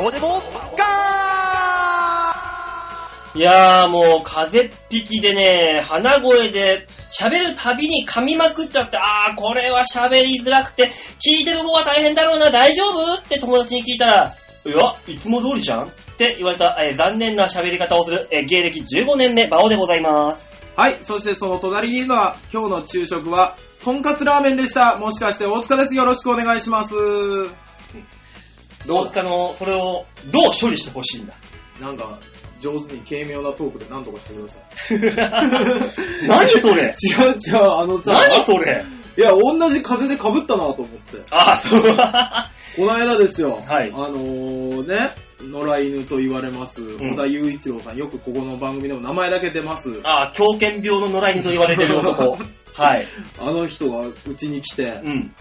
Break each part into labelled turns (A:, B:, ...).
A: オデボガ
B: いやーもう風邪っ引きでね、鼻声で喋るたびに噛みまくっちゃって、あーこれは喋りづらくて、聞いてる方は大変だろうな、大丈夫って友達に聞いたら、いや、いつも通りじゃんって言われた、えー残念な喋り方をする、えー芸歴15年目、バオでございます。
C: はい、そしてその隣にいるのは、今日の昼食は、とんかつラーメンでした。もしかして大塚です。よろしくお願いします。
B: どうかの、それをどう処理してほしいんだ。
C: なんか、上手に軽妙なトークで何とかしてください。
B: 何それ
C: 違う違う、あのさ、
B: 何それ
C: いや、同じ風で被ったなと思って。
B: あーそう。
C: この間ですよ、
B: はい
C: あのー、ね、野良犬と言われます、
B: ん
C: 小田雄一郎さん、よくここの番組でも名前だけ出ます。
B: あー狂犬病の野良犬と言われてる男。 はい。
C: あの人がうちに来て、
B: うん。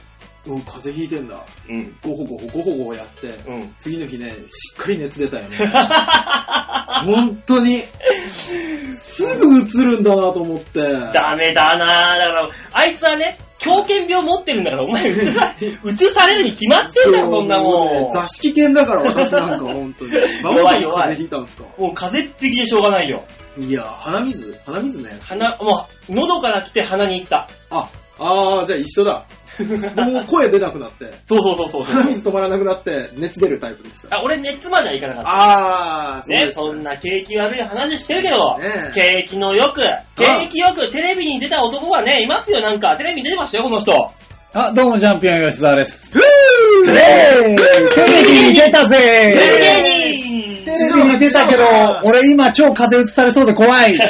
C: うん、風邪ひいてんだ。
B: うん。
C: ゴホゴホゴホゴホやって、
B: うん。
C: 次の日ね、しっかり熱出たよ ね。本当に。すぐ映るんだなと思って。
B: ダメだなぁ。だから、あいつはね、狂犬病持ってるんだから、お 前、うつさ、うつされるに決まってんだろ、そんな
C: そうね
B: もん。
C: 座敷犬だから私なんか本当に。
B: 弱い弱い
C: 馬王さん風邪ひいたんですか
B: もう風邪ってきでしょうがないよ。
C: いや、鼻水鼻水ね。
B: 鼻、もう、喉から来て鼻に行 った。
C: あ、あー、じゃあ一緒だ。もう声出なくなって、
B: そうそうそうそ
C: 鼻
B: うそう。
C: 水止まらなくなって、熱出るタイプでした。
B: あ、俺熱まではいかなかった。
C: あー、そう
B: ね、
C: です
B: そんな景気悪い話してるけど、
C: ねえ
B: 景気のよく、景気よくテレビに出た男がね、いますよ、なんか。テレビに出てましたよ、この人。
D: あ、どうも、ジャンピオン吉沢です。
C: ふ
D: テ
C: ぅ
D: レビに出
B: テ
D: たぜ
B: レビに
D: テレビに出たけど、俺今超風邪うつされそうで怖 い。だ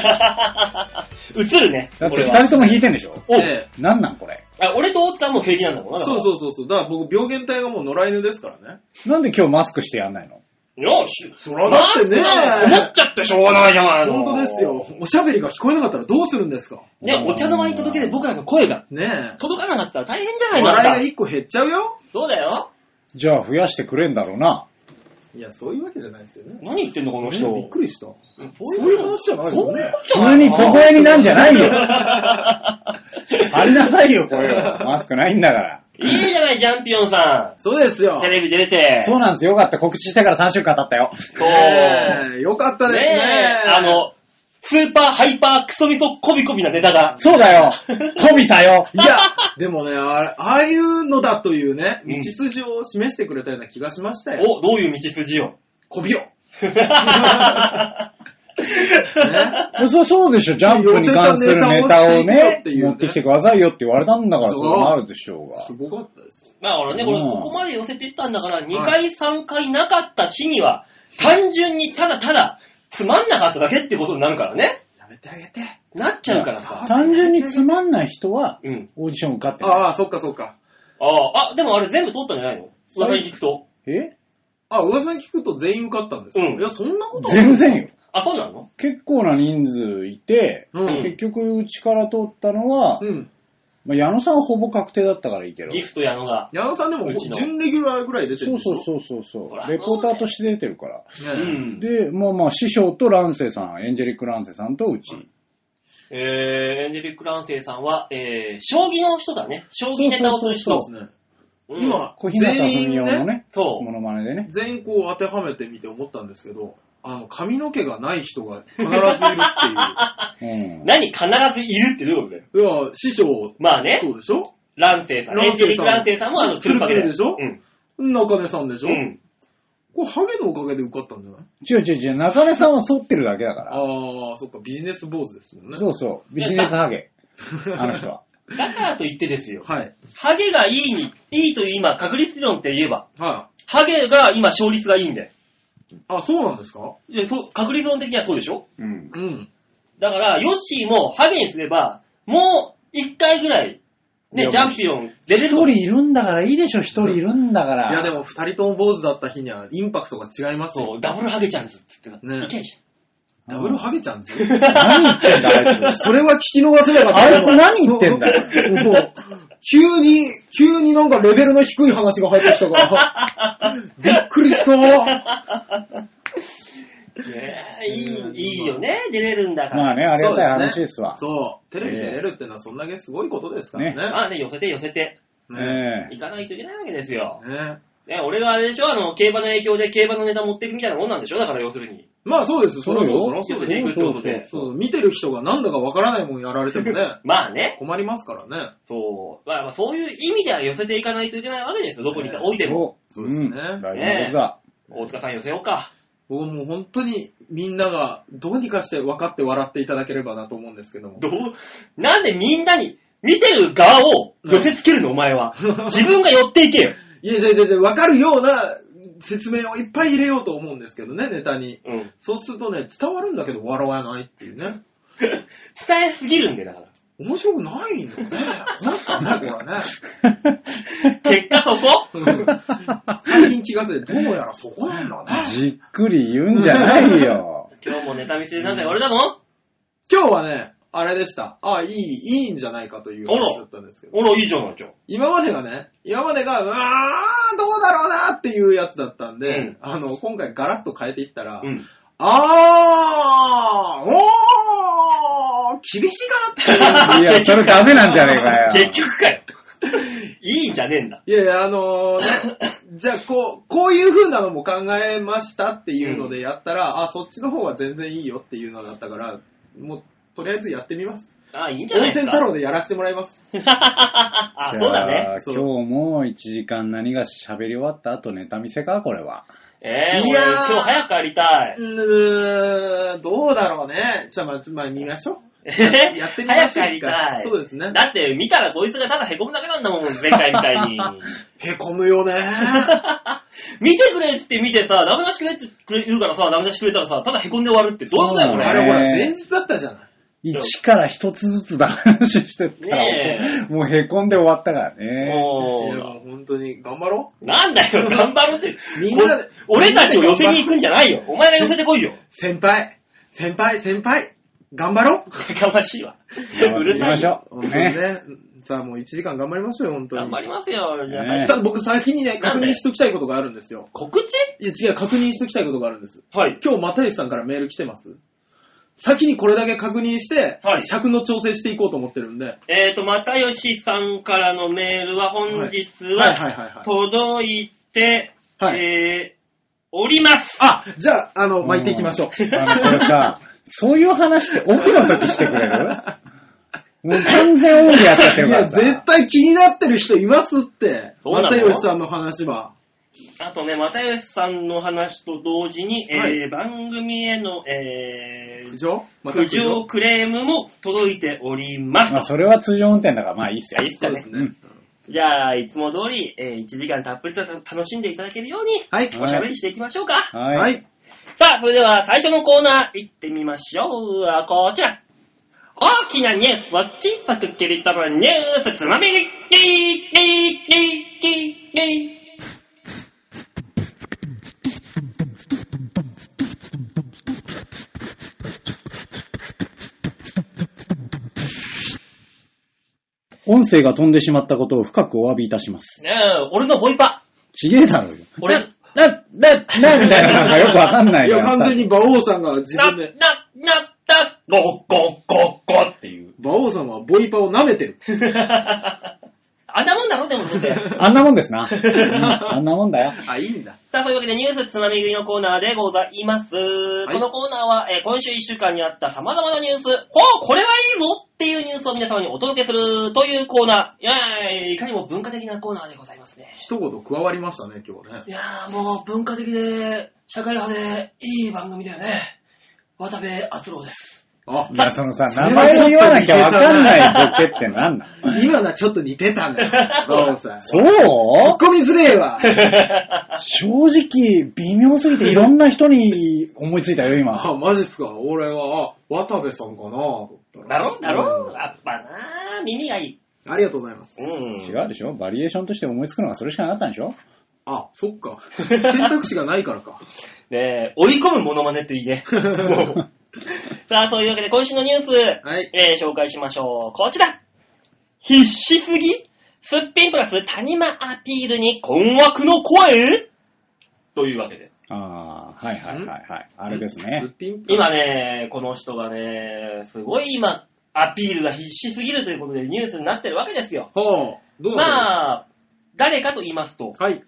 B: 映るね。
D: って
B: 俺
D: 二
B: は
D: 人とも弾いてんでしょ
B: お
C: ええ
D: なんなんこれ。
B: あ俺と大塚はもう平気なんだもんな。だか
C: そう
B: ら
C: そうそうそう。だから僕、病原体がもう野良犬ですからね。
D: なんで今日マスクしてやんないの
B: よし。
C: そらだってね
B: なんて思っちゃってしょうがないじゃないの。
C: 本当です。よ。おしゃべりが聞こえなかったらどうするんですか
B: ね、お茶の間に届ける僕らの声が
C: ねえ。
B: 届かなかったら大変じゃないの
C: 笑い
B: あ
C: が
B: んた。
C: 一個減っちゃうよ
B: そうだよ。
D: じゃあ増やしてくれんだろうな。
C: いや、そういうわけじゃないですよね。
B: 何言ってんの、この
C: ね
B: 人。
C: びっくりした。
B: そう
C: そういう話じゃないですよね。
D: 急に小声になんじゃないよ。ありなさいよ、声を。マスクないんだから。
B: いいじゃない、ジャンピオンさ
C: そうです
B: ん。
C: よ
B: テ。レビ出れて。
D: そうなんですよ。よかった。告知してから3週間経ったよ。
B: そう。
C: ねえよかったですね。
B: ねえ、あ、の、スーパーハイパークソミソコビコビなネタが。
D: そうだよ。飛びたよ。
C: いや、でもね、あれ、ああいうのだというね、道筋を示してくれたような気がしましたよ。
B: お、どういう道筋よ。
C: こびろ。 ね。
D: そうそうでしょ、ジャンプに関するネタを
C: 寄せたネタをしていいよ
D: ね
C: っていうね
D: 持ってきてくださいよって言われたんだから、
C: そう
D: そうなるでしょうが。
C: すごかったです。
B: まあ俺ね、これ
D: うん
B: ここまで寄せていったんだから、2回3回なかった日には、単純にただただ、つまんなかっただけってことになるからね。
C: やめてあげて。
B: なっちゃうからさ。
D: 単純につまんない人は、
B: うん。
D: オーディション受かってない。
C: ああ、そっかそっか。
B: ああ、あ、でもあれ全部通ったんじゃないの噂に聞くと。
D: え
C: あ、噂に聞くと全員受かったんですか
B: うん
C: いや、そんなことは
D: 全然よ。
B: あ、そうなの
D: 結構な人数いて、
C: うん
D: 結局うちから通ったのは、
C: うん。
D: まあ、矢野さんはほぼ確定だったからいいけど。
B: ギフトやのが。
C: 矢野さんでも
B: うちの
C: 準レギュラーぐらい出てる
D: そ
C: ん
D: う
C: でしょ
D: そうそうそうそ
B: ほら
D: う。レポーターとして出てるから。
B: う
C: ねえ
B: ん。
D: で、まあまあ、師匠とランセさん、エンジェリック・ランセさんとうち。
B: えー、エンジェリック・ランセイさんは、えー、将棋の人だね。将棋ネタをする
C: そう
B: 人
C: で。す
B: うん
C: ね。今、
D: 小日向
C: 全
D: 文
C: 員
D: 雄の
C: ね、
D: ね、
B: そう。
D: モノマネでね。
C: 全員こう当てはめてみて思ったんですけど、あの、髪の毛がない人が必ずいる
D: うん。
B: 何必ずいるってどういうことだよ。
C: っていう。いや、師匠、
B: まあね、
C: そうでしょ
B: ランセイさん。エ
C: ラ
B: ン
C: ン
B: ジ
C: セイさん
B: ェリック・ランセイさんもあの、
C: ツルツルでしょ
B: うん。
C: 中根さんでしょ、
B: うん。
C: これ、ハゲのおかげで受かったんじゃない
D: 違う違う違う、中根さんは反ってるだけだから。
C: ああ、そっか、ビジネス坊主ですもんね。
D: そうそう。ビジネスハゲ。あの人は。
B: だからといってですよ。
C: はい。
B: ハゲがいいに、いいという今、確率論って言えば、
C: は
B: ハゲが今、勝率がいいんで。
C: い。あ、そうなんですか
B: でそう確率論的にはそうでしょ
D: うん。
C: うん。
B: だから、ヨッシーもハゲにすれば、もう、一回ぐらい、
D: い
B: ね、
D: や
B: チャンピオン出れる
D: 一
B: と
D: 人いるんだからいいでしょ、一人いるんだから。
C: いや、でも、二人とも坊主だった日には、インパクトが違いますよ。
B: そう、ダブルハゲチャンスっつってな。
C: ね
B: いけんじ
C: ダブルハゲちゃうんですよ。
D: 何言ってんだ、あいつ。
C: それは聞き逃せなかった。
D: あいつ何言ってんだ
C: よ。もう急に、急になんかレベルの低い話が入ってきたから。びっくりした。
B: ゃん。ねえ、いい、いいよね、出れるんだから。
D: まあね、 ありがたい話ですわ。
C: そう。テレビ出れるってのはそんだけすごいことですからね。
B: まあね、寄せて寄せて、
D: ね
B: いかないといけないわけですよ。
C: ねね
B: ね、俺があれでしょあの、競馬の影響で競馬のネタ持っていくみたいなもんなんでしょだから要するに。
C: まあそうです、そ
D: そうよ
C: のそうその
B: そ
C: そ
B: そ
C: ううそうう
B: で行くってことで、
C: そう見てる人がなんだかわからないもんやられてもね
B: まあね。
C: 困りますからね。
B: そう。まあ、まあそういう意味では寄せていかないといけないわけですよ。どこにか置いても。
D: そう
C: そうですね
D: ん大事なことだ。
B: 大塚さん寄せようか。
C: 僕もう本当にみんながどうにかして分かって笑っていただければなと思うんですけども。
B: どう、なんでみんなに、見てる側を寄せつけるの、お前は。自分が寄っていけよ。
C: いやいやいやいや、分かるような説明をいっぱい入れようと思うんですけどね、ネタに。
B: うん。
C: そうするとね、伝わるんだけど笑わないっていうね。
B: 伝えすぎるんで、だ から。
C: 面白くないんだ ね。なんかね、これね。
B: 結果そこ
C: 最近気がついて、どうやらそこなんだね。
D: じっくり言うんじゃないよ。
B: 今日もネタ見せでなんか言われたの
C: 今日はね、あれでした。ああ、いい、いいんじゃないかという話だったんですけど。
B: おら、いいじゃない、じゃあ。
C: 今までがね、今までが、うわー、どうだろうなっていうやつだったんで、
B: うん
C: あの、今回ガラッと変えていったら、
B: うん。
C: あー、おー、厳しいかなって いう。
D: いや、それダメなんじゃねえかよ。
B: 結局かよ。いいんじゃねえんだ。
C: いやいや、あのー ねじゃあ、こう、こういう風なのも考えましたっていうのでやったら、あ、そっちの方は全然いいよっていうのだったから、もう、とりあえずやってみます。
B: あ、いいんじゃ
C: 温
B: ないです
C: 泉
B: か。
C: 太郎でやらせてもらいます。
B: あ、
D: じ
B: そ
D: ゃあ
B: うだね。
C: そう
D: 今日も1時間何が喋り終わった後ネタ見せかこれは。
B: えー、俺
C: いやー
B: 今日早く帰りたい。
C: うーん、どうだろうね。じゃあ、まあ、まあ、見ましょ う。
B: え
C: やってみましょうか
B: 早く帰りたい。
C: そうですね
B: だって見たらこいつがただ凹むだけなんだもん、前回みたいに。
C: へこむよね。
B: 見てくれっつって見てさ、ダメ出しくれっつって言うからさ、ダメ出しくれたらさ、ただ凹んで終わるってどういうことだよ、こ
C: あ
B: れ。
C: れ、ほら、
D: ね
C: 前日だったじゃない。
D: 1から1つずつだ話してった
B: ね
D: ら、もうへこんで終わったからね。
C: いや、
B: も
C: もう本当に、頑張ろ
B: う、なんだよ、頑張ろうって。
C: みんなで
B: こ俺たちを寄せに行くんじゃないよ。お前が寄せてこいよ。
C: う。先輩、先輩、先輩、頑張ろう。
B: やかましいわ。うる
D: 行き
B: さ
D: ま
B: い
D: し
B: よ。
D: ょう。
C: 本当に
D: ね。
C: ね。さあ、もう1時間頑張りましょうよ、本当に。
B: 頑張りますよ、じゃあ
D: ね
C: ただ僕先にね、確認しときたいことがあるんですよ。
B: 告知
C: いや違う、確認しときたいことがあるんです。
B: はい。
C: 今日、又吉さんからメール来てます先にこれだけ確認して、
B: はい
C: 尺の調整していこうと思ってるんで。
B: えっ、ー、と、又吉さんからのメールは本日
C: はい
B: は
C: はいはいはい。
B: 届いて、
C: はい
B: えー、おります。
C: あ、じゃあ、あの、巻いていきましょう。
D: あの、これさ、そういう話ってオフの時してくれるもう完全オンでやっちゃってる
C: い
D: か
C: や、
D: らさ。
C: 絶対気になってる人いますって。
B: そうなの
C: 又吉さんの話は。
B: あとね、又吉さんの話と同時に、えー
C: はい
B: 番組への、え
C: 苦
B: ー、
C: 情また
B: 苦情クレームも届いております。
D: まあ、それは通常運転だから、まあいいっすよ
B: いいっ。すか
C: そう
B: ね
C: で。すね。
D: うん
B: じゃあ、いつも通り、え1時間たっぷりと楽しんでいただけるように、
C: はい。
B: おしゃべりしていきましょうか。
C: は
D: はい。
C: い。
B: さあ、それでは最初のコーナー行ってみましょう。あこちら。大きなニュースを小さく切り取るニュースつまみ食い
D: 音声が飛んでしまったことを深くお詫びいたします。
B: ねえ、俺のボイパ。
D: ちげえだろ よ。
B: 俺、な、
D: な、な、な、みたいな、なんかよくわかんない
C: い
D: か
C: や、
D: らさ
C: 完全に馬王さんが自
B: な、な
C: 分で、、
B: な、ゴッゴッゴッゴッっていう。
C: 馬王さんはボイパを舐めてる。
B: あんなもんだろ、でもどう せ。
D: あんなもんですな。うんあんなもんだよ。
C: あ、いいんだ。
B: さあ、そういうわけでニュースつまみ食いのコーナーでございます。
C: い
B: このコーナーは、えー今週1週間にあった様々なニュース、こう、これはいいぞっていうニュースを皆様にお届けするというコーナー。いやーいかにも文化的なコーナーでございますね。
C: 一言加わりましたね、今日ね。
B: いやーもう文化的で、社会派で、いい番組だよね。渡部篤郎です。
C: あ
D: い、や、そのさ、
C: そ
D: 名
C: れは
D: 前
C: ちょっ
D: を
C: と
D: 言わなきゃわかんないボケってなんなん
C: 今のはちょっと似てたんだよ。馬王さん。ツ
D: そう
C: ッコミづれえわ。
D: 正直、微妙すぎていろんな人に思いついたよ、今。
C: あ、マジっすか。俺は、あ、渡部さんかなと思ったら
B: だろだろ、
C: うん
B: やっぱなー耳がいい。
C: ありがとうございます。
B: うん。
D: 違うでしょバリエーションとして思いつくのがそれしかなかったんでしょ
C: あ、そっか。選択肢がないからか。
B: ねえ、追い込むモノマネっていい ね。さあ、そういうわけで今週のニュース、
C: はい
B: えー紹介しましょう。こちら必死すぎすっぴんプラス谷間アピールに困惑の声というわけで。
D: ああ、はいはいはいはい。あ
C: あ
D: れです
C: すっ
D: ね。
C: ぴん
B: 今ね、この人がね、すごい今、アピールが必死すぎるということでニュースになってるわけですよ。
C: はあ、どうなの
B: まあ、誰かと言いますと、
C: はい。
B: 9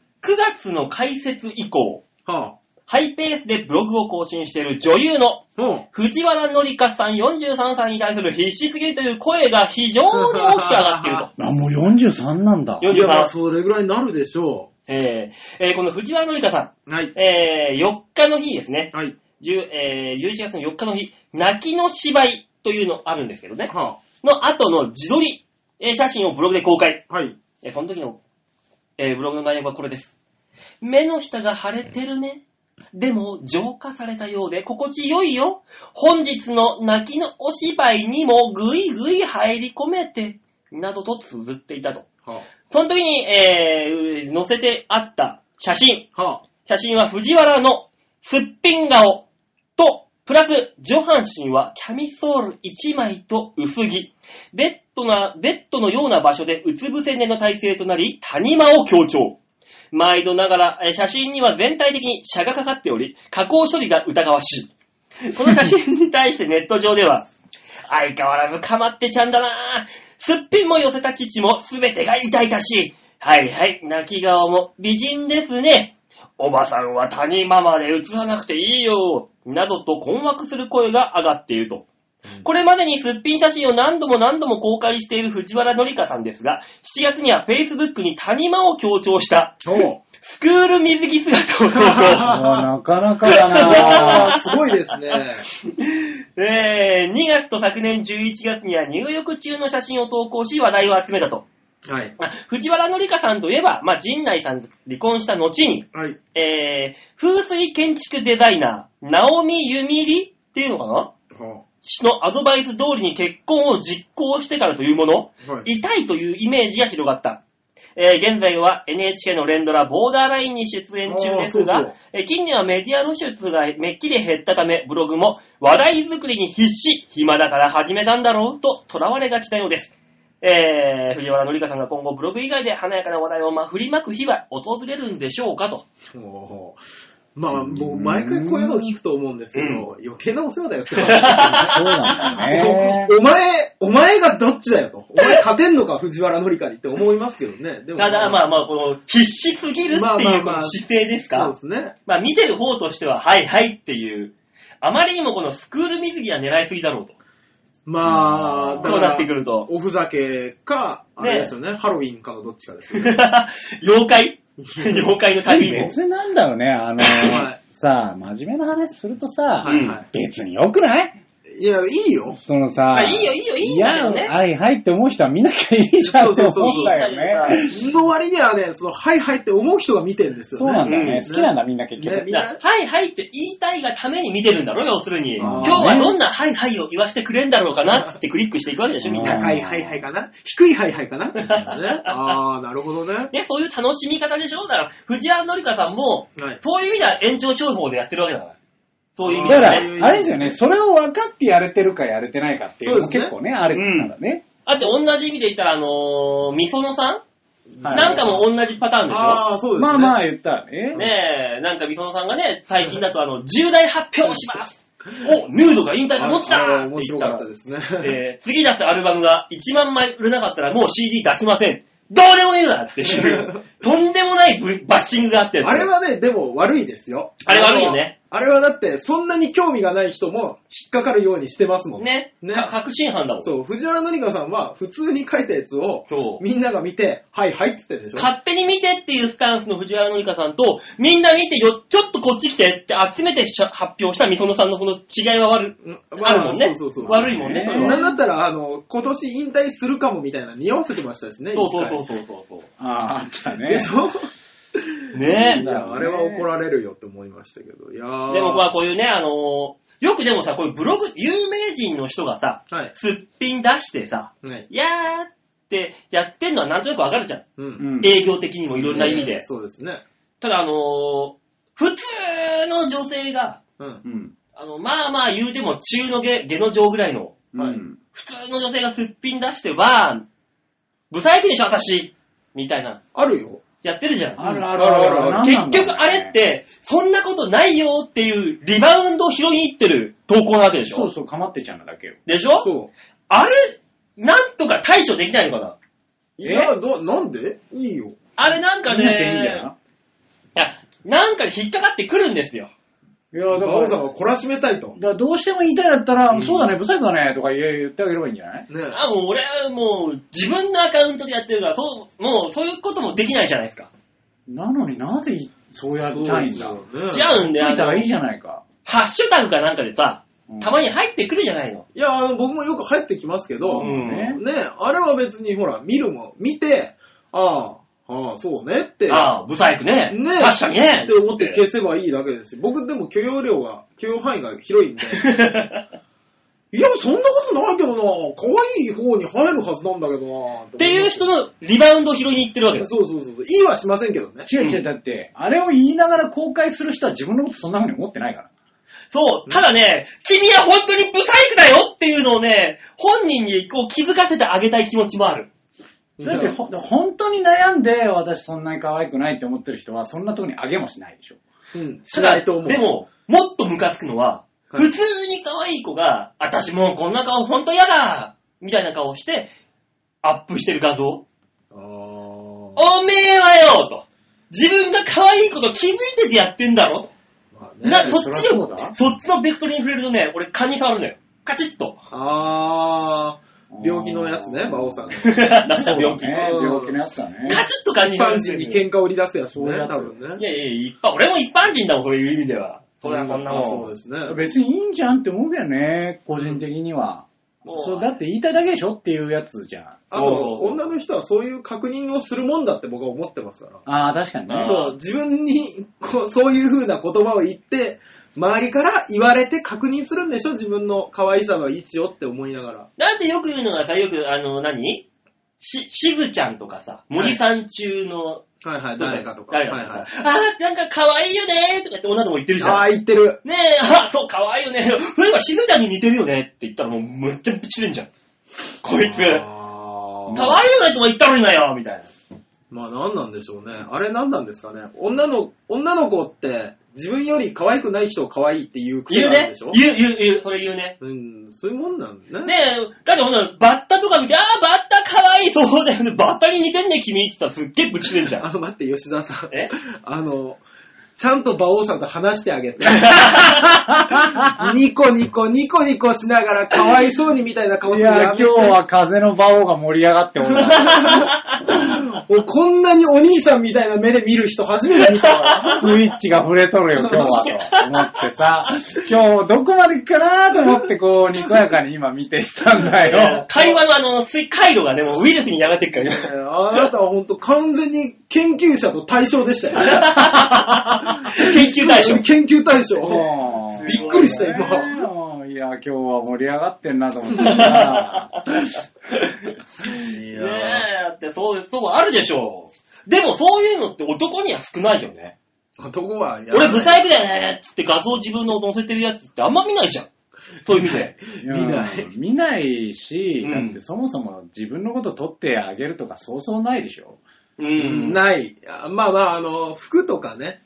B: 月の開設以降、
C: は
B: ハイペースでブログを更新している女優の
C: あ。うん。
B: 藤原紀香さん43歳に対する必死すぎるという声が非常に大きく上がっていると。
D: あ、もう43なんだ。
B: 43
C: いや、まあそれぐらいになるでしょ
B: えーえーこの藤原紀香さ
C: う。はい。
B: ん、えー4日の日ですね、
C: はい。
B: 10えー11月の4日の日、泣きの芝居というのあるんですけどね、
C: は
B: の後の自撮り、えー写真をブログで公開。
C: あ。はい。
B: えーその時の、えーブログの内容はこれです。目の下が腫れてるね。でも、浄化されたようで心地よいよ。本日の泣きのお芝居にもぐいぐい入り込めて、などと綴っていたと。
C: は
B: その時に、えー、載せてあった写真。
C: あ。は
B: 写真は藤原のすっぴん顔と、プラス上半身はキャミソール1枚と薄着。ベッドな、ベッドのような場所でうつ伏せ寝の体勢となり、谷間を強調。毎度ながら、えー写真には全体的に差がかかっており、加工処理が疑わしい。この写真に対してネット上では、 相変わらずかまってちゃんだなぁ。すっぴんも寄せた父も全てが痛々しい。はいはい、泣き顔も美人ですね。おばさんは谷間まで映さなくていいよ。などと困惑する声が上がっていると。これまでにすっぴん写真を何度も何度も公開している藤原紀香さんですが、7月には Facebook に谷間を強調した、
C: あ。お
B: スクール水着姿を投 稿。
D: あなかなかだ
C: あ
D: な
C: あ、すごいですね。
B: えー、2月と昨年11月には入浴中の写真を投稿し話題を集めたと。
C: はい。
B: まあ藤原紀香さんといえば、まあ、陣内さんと離婚した後に、
C: はい。
B: えー、風水建築デザイナー、直美ゆみりっていうのかな
C: は
B: 氏のアドバイス通りに結婚を実行してからというもの、
C: あ。はい。
B: 痛いというイメージが広がった。えー現在は NHK の連ドラボーダーラインに出演中です
C: あーそう
B: が
C: そう、
B: えー近年はメディア露出がめっきり減ったため、ブログも話題作りに必死、暇だから始めたんだろうと囚われがちなようです。えー藤原紀香さんが今後ブログ以外で華やかな話題をまあ振りまく日は訪れるんでしょうかと。
C: おーまあ、もう毎回こういうのを聞くと思うんですけど、余計なお世話だよって話
D: そうなんだね。
C: お前、お前がどっちだよと。お前勝てんのか、藤原紀香にって思いますけどね。でも
B: ただまあまあ、この必死すぎるって
C: まあま
B: い
C: あ
B: う
C: まあ
B: この姿勢です
C: そう
B: か
C: ですね。
B: まあ見てる方としては、はいはいっていう、あまりにもこのスクール水着は狙いすぎだろうと。
C: まあ、
D: うん
C: だ
B: こ
C: か
B: うなってく
C: ら、
B: ると。
C: おふざけか、あれですよね、ハロウィンかのどっちかですよね。
B: 妖怪 妖怪の旅も。
D: 別になんだろうね、あの
C: はい、
D: さあ、真面目な話するとさ
C: は、いは
D: 別に良くない
C: い。いや、いいよ。
D: そのさ
B: あ、いいよいいよいいんだけどね
D: いやはいはいって思う人は見なきゃいいじゃんって思うんだ
B: いいんだ
D: よ
B: け
D: ね。
C: の割にはね、その、はいはいって思う人が見てるんですよ
D: そ
C: ね。
D: うなんだよ
B: うん
D: ね。好きなんだ、みんな結
C: ね
D: 局。
C: みん
B: だ
C: な
B: からはいはいって言いたいがために見てるんだろう、要するに。
D: あー
B: 今日はどんなはいはいを言わせてくれんだろうかなっつってクリックしていくわけでしょ、みんな。
C: 高いはいはいかな低いはいはいかな、ね、ああ、なるほどね。は
B: ね、そういう楽しみ方でしょだから、藤原紀香さんも、
C: い。
B: そういう意味では延長商法でやってるわけだから。そういう意
D: だ
B: 味
D: か
B: では
D: ら、
B: ね。
D: あれですよね、それを分かってやれてるかやれてないかっていうのも
C: そうですね
D: 結構ね、あれからね。
B: だって同じ意味で言ったら、あのー、みそのさん
D: はい
B: なんかも同じパターンでしょ
C: ああ、そうですね。
D: まあま
C: あ。
D: あ言ったらね。
B: ねえ、なんかみそのさんがね、最近だとあの、重大発表をしますお、ヌードが引退が持ちだ
C: あれ
B: って
C: 面
B: 言
C: 白
B: った
C: からったですね。
B: えー次出すアルバムが1万枚売れなかったらもう CD 出しません。どうでもいいわって いう、とんでもないブバッシングがあって。
C: あれはね、でも悪いですよ。
B: あれ悪いよね
C: あの。あれはだって、そんなに興味がない人も引っかかるようにしてますもん。
B: ね、
C: ね
B: か確信犯だもん。
C: そう、藤原紀香さんは普通に書いたやつを、
B: そう
C: みんなが見て、はいはいって言ってるでしょ。
B: 勝手に見てっていうスタンスの藤原紀香さんと、みんな見てよ、ちょっとこっち来てって集めてしゃ発表したみそのさんのこの違いは悪い、
C: まあ
B: あるもんね。
C: そうそうそう
B: 悪いもんね、それ
C: なん
B: は。
C: だったら、あの、今年引退するかもみたいな匂わせてましたしね。
B: そうそうそう
C: 一
B: そうそうそ
D: ああ、あった
C: 回
D: ね。
C: でしょ
B: う。ね
C: い や、あれは怒られるよって思いましたけど。いやー
B: でもまあこういうね、あのーよくでもさ、こういうブログ、有名人の人がさ、
C: はい。
B: すっぴん出してさ、
C: はい。
B: いやーってやってんのはなんとなくわかるじゃん。
C: う。
D: うんん
B: 営業的にもいろんな意味で。
C: そうですね。
B: ただあのー普通の女性が、
C: うん。
D: うん。
B: あの、まあまあ言うても中の下、下の上ぐらいの、
C: はい
D: うん
B: 普通の女性がすっぴん出しては、ブサイクでしょ私みたいな、
C: あるよ。
B: やってるじゃん。
D: あるあるあるある。
B: 結局あれっ、て、そんなことないよっていうリバウンドを拾いに行ってる投稿なわけでしょ
D: そうそう、かまってちゃんなだけよ。
B: でしょ
C: そ
B: あれ、なんとか対処できないのかな
C: う。いや、ど、なんでいいよ。
B: あれなんか
D: 見なきゃいいんだよ
B: ね、
D: な。
B: や、なんかに引っかかってくるんですよ。
D: いや、だか
C: 馬王さん
D: ら、
C: を懲らしめたいと。
D: だからどうしても言いたいんだったら、
B: うん
D: そうだね、ブサイクだね、とか言え言ってあげればいいんじゃな
C: ね
D: い
B: あ、もう俺はもう自分のアカウントでやってるから、そう、もうそういうこともできないじゃないですか。
D: なのになぜいそうやりたいんだ。書
C: そうですよね
B: 違うん
D: い
B: で、あ
D: たらいい
B: の、
D: じゃないか。
B: ハッシュタグかなんかでさ、
D: うん
B: たまに入ってくるじゃないの。
C: いや、あの、僕もよく入ってきますけど、
B: うん
D: ね
C: ね、あれは別にほら、見るもん、見て、ああ、ああ、そうねって、
B: ああ、ブサイクね。
C: ね
B: 確かにね。
C: って思っ て消せばいいだけですし、僕でも許容量が、許容範囲が 広いんで、いや、そんなことないけどな、可愛い方に入るはずなんだけどな、っ
B: っていう人のリバウンドを拾いに行ってるわけです。
C: そうそうそうそう、いいはしませんけどね。
D: 違う違う、だって、あれを言いながら公開する人は自分のことそんな風に思ってないから。
B: そう、ただね、君は本当にブサイクだよっていうのをね、本人にこう気づかせてあげたい気持ちもある。
D: だってほ、本当に悩んで、私そんなに可愛くないって思ってる人は、そんなとこにあげもしないでしょ。
C: うん、
B: た
C: し
B: だ
C: ないと思う。
B: で、も、もっとムカつくのは、
C: は
B: 普
C: い
B: 通に可愛い子が、私もうこんな顔本当嫌だみたいな顔して、アップしてる画像。お
C: あ
B: めえはよと自分が可愛いこと気づいててやってんだろと
C: あ、まあね
B: な、
D: え
B: そっち
D: そりゃそう
B: の、
D: だ
B: そっちのベクトルに触れるとね、俺勘に触るのよ。カチッと。
C: あー病気のやつね、馬王さんが。
B: なんだ
D: そう
B: 病気。
D: ね
C: うん
D: 病気のやつだね。
B: カチッと感じ
C: 一
B: になる
C: 般人に喧嘩を売り出すやつ
D: そういう
C: ね、
D: やつ
C: 多
B: い
C: 分ね。
B: やいや、一般、俺も一般人だもん、そういう意味では。そりゃそんなもん。
C: そうですね。
D: 別にいいんじゃんって思うけどね、個人的には。
B: もう
D: そうだって言いたいだけでしょっていうやつじゃん。
C: あ
B: そうそう
C: の、
B: そう
C: 女の人はそういう確認をするもんだって僕は思ってますか
D: ああ、確かに
B: あ
C: ら。
B: ー
D: ね。
C: そう、自分にこうそういう風な言葉を言って、周りから言われて確認するんでしょ自分の可愛さの位置をって思いながら。
B: だってよく言うのがさ、よく、あの、何し、しずちゃんとかさ、森さん中の、
C: はいはい、誰かとか。
B: 誰
C: はい
B: か
C: は
B: とかさ、あー、なんか可愛いよねーとかって女の子言ってる
C: い。
B: じゃん。
C: ああ、言ってる。
B: ねえ、あ、そう、可愛いよね。そういえばしずちゃんに似てるよねって言ったらもうむっちゃぶちれんじゃん。こいつ、可愛い
C: あー
B: よねとか言ったのになよみたいな。
C: まあ何なんでしょうね。あれ何なんですかね。女の、女の子って自分より可愛くない人を可愛いっていう癖
B: 言う
C: がある
B: ね
C: でしょ。
B: 言う、言う、言う、それ言うね。
C: うん、そういうもんなんだね。
B: ねえ、だってほんならバッタとか見て、あー、バッタ可愛いそうだよね。バッタに似てんね、君って言ったらすっげえぶちれんじゃん
C: あ。の、待って、吉沢さん。
B: え
C: あの、ちゃんと馬王さんと話して あげて。ニコニコ、ニコニコしながら、かわいそうにみたいな顔す
D: い
C: るの
D: や、
C: や
D: 今
C: め
D: 日
C: て
D: は風の馬王が盛り上がっておるな。
C: おこんなにお兄さんみたいな目で見る人初めて見た わ。
D: スイッチが触れとるよ、今日は、と思ってさ、今日どこまで行くかなと思って、こう、にこやかに今見ていたんだよ。
B: 会話のあの、水回路がね、もうウイルスにやがってっから
C: え
B: 今。
C: ーあなたは本当完全に研究者と対象でしたよね。
B: 研究対象。
C: 研究対象。
D: もう
C: びっくりした今
D: もう いや、今日は盛り上がってんなと思ってさ。
B: ねえ、だってそう、そうあるでしょう。でもそういうのって男には少ないよね。
C: 男はやらな
B: 俺
C: い
B: ブサイクだよねっつって画像自分の載せてるやつってあんま見ないじゃん。そういう意味で。
C: 見ない
D: うん。見ないし、
B: うん
D: だってそもそも自分のこと取ってあげるとかそうそうないでしょ。
B: う
C: うん
B: ん。
C: ない。あまあまあ、あの、服とかね。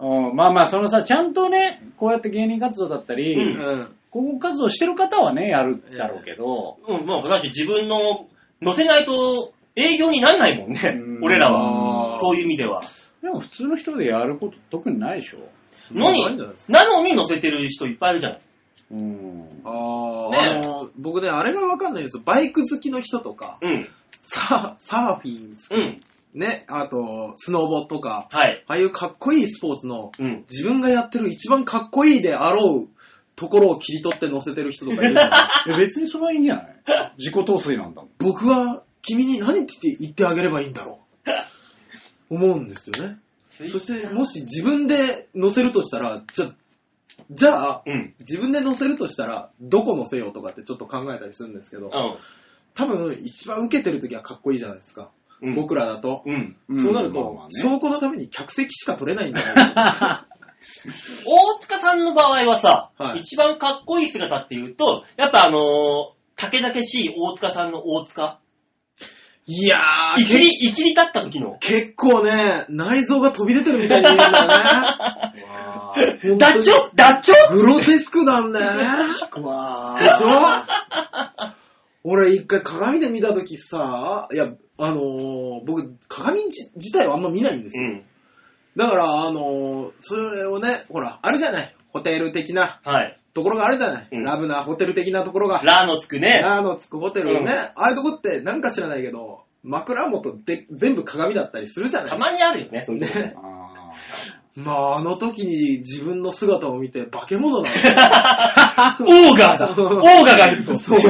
D: うん、まあまあ、そのさ、ちゃんとね、こうやって芸人活動だったり、
B: う
C: うんん。
D: 広告活動してる方はね、やるだろうけど、
B: うん、まあ、だって自分の載せないと営業になんないもんね
D: う。ん
B: 俺らは。
C: あー
B: そういう意味では。
D: でも普通の人でやること特にないでしょ。
B: のに
C: ないんじゃないです、
B: なのに載せてる人いっぱいいるじゃない。
D: うん。
C: あ
B: ね
C: あ、あの、僕ね、あれがわかんないんですよ。バイク好きの人とか、
B: うん。
C: サーサーフィン好き
B: うん。
C: ね、あと、スノボとか、
B: はい。
C: ああいうかっこいいスポーツの、
B: うん。
C: 自分がやってる一番かっこいいであろうところを切り取って載せてる人とかいるじゃない
D: え別にそれはいいんじゃない自己陶酔なんだもん。
C: 僕は君に何って言って言ってあげればいいんだろう。思うんですよね。そして、もし自分で載せるとしたら、じゃ、じゃあ、
B: うん。
C: 自分で載せるとしたら、どこ載せようとかってちょっと考えたりするんですけど、多分一番受けてる時はかっこいいじゃないですか。
B: うん。
C: 僕らだと。
B: うん。
C: そうなると、
D: まあまあね
C: 証拠のために客席しか取れないんだよ。
B: 大塚さんの場合はさ、
C: はい
B: 一番かっこいい姿っていうと、やっぱあのー、竹々しい大塚さんの大塚。
C: いや
B: いきり、いきり立った時の。
C: 結構ね、内臓が飛び出てるみたいに見える んだよね。
B: ダッチョダッチョ
C: グロテスクなんだよね。
D: くわ
C: でしょ 俺一回鏡で見たときさ、いや、あのー僕、鏡じ自体はあんま見ないんです
B: う
C: よ。
B: ん。
C: だから、あのーそれをね、ほら、あるじゃない。ホテル的な
B: はい。
C: ところがあるじゃない。
B: うん
C: ラブなホテル的なところが。
B: ラのつくね。
C: ラーのつくホテルね、
B: うん
C: ああいうとこってなんか知らないけど、枕元で全部鏡だったりするじゃな
B: た
C: い。
B: まにあるよね、そういうのね
C: ね
D: あ
C: まあ、あの時に自分の姿を見て化け物な
B: オーガ ーだオーガーがいると。
C: の。そう。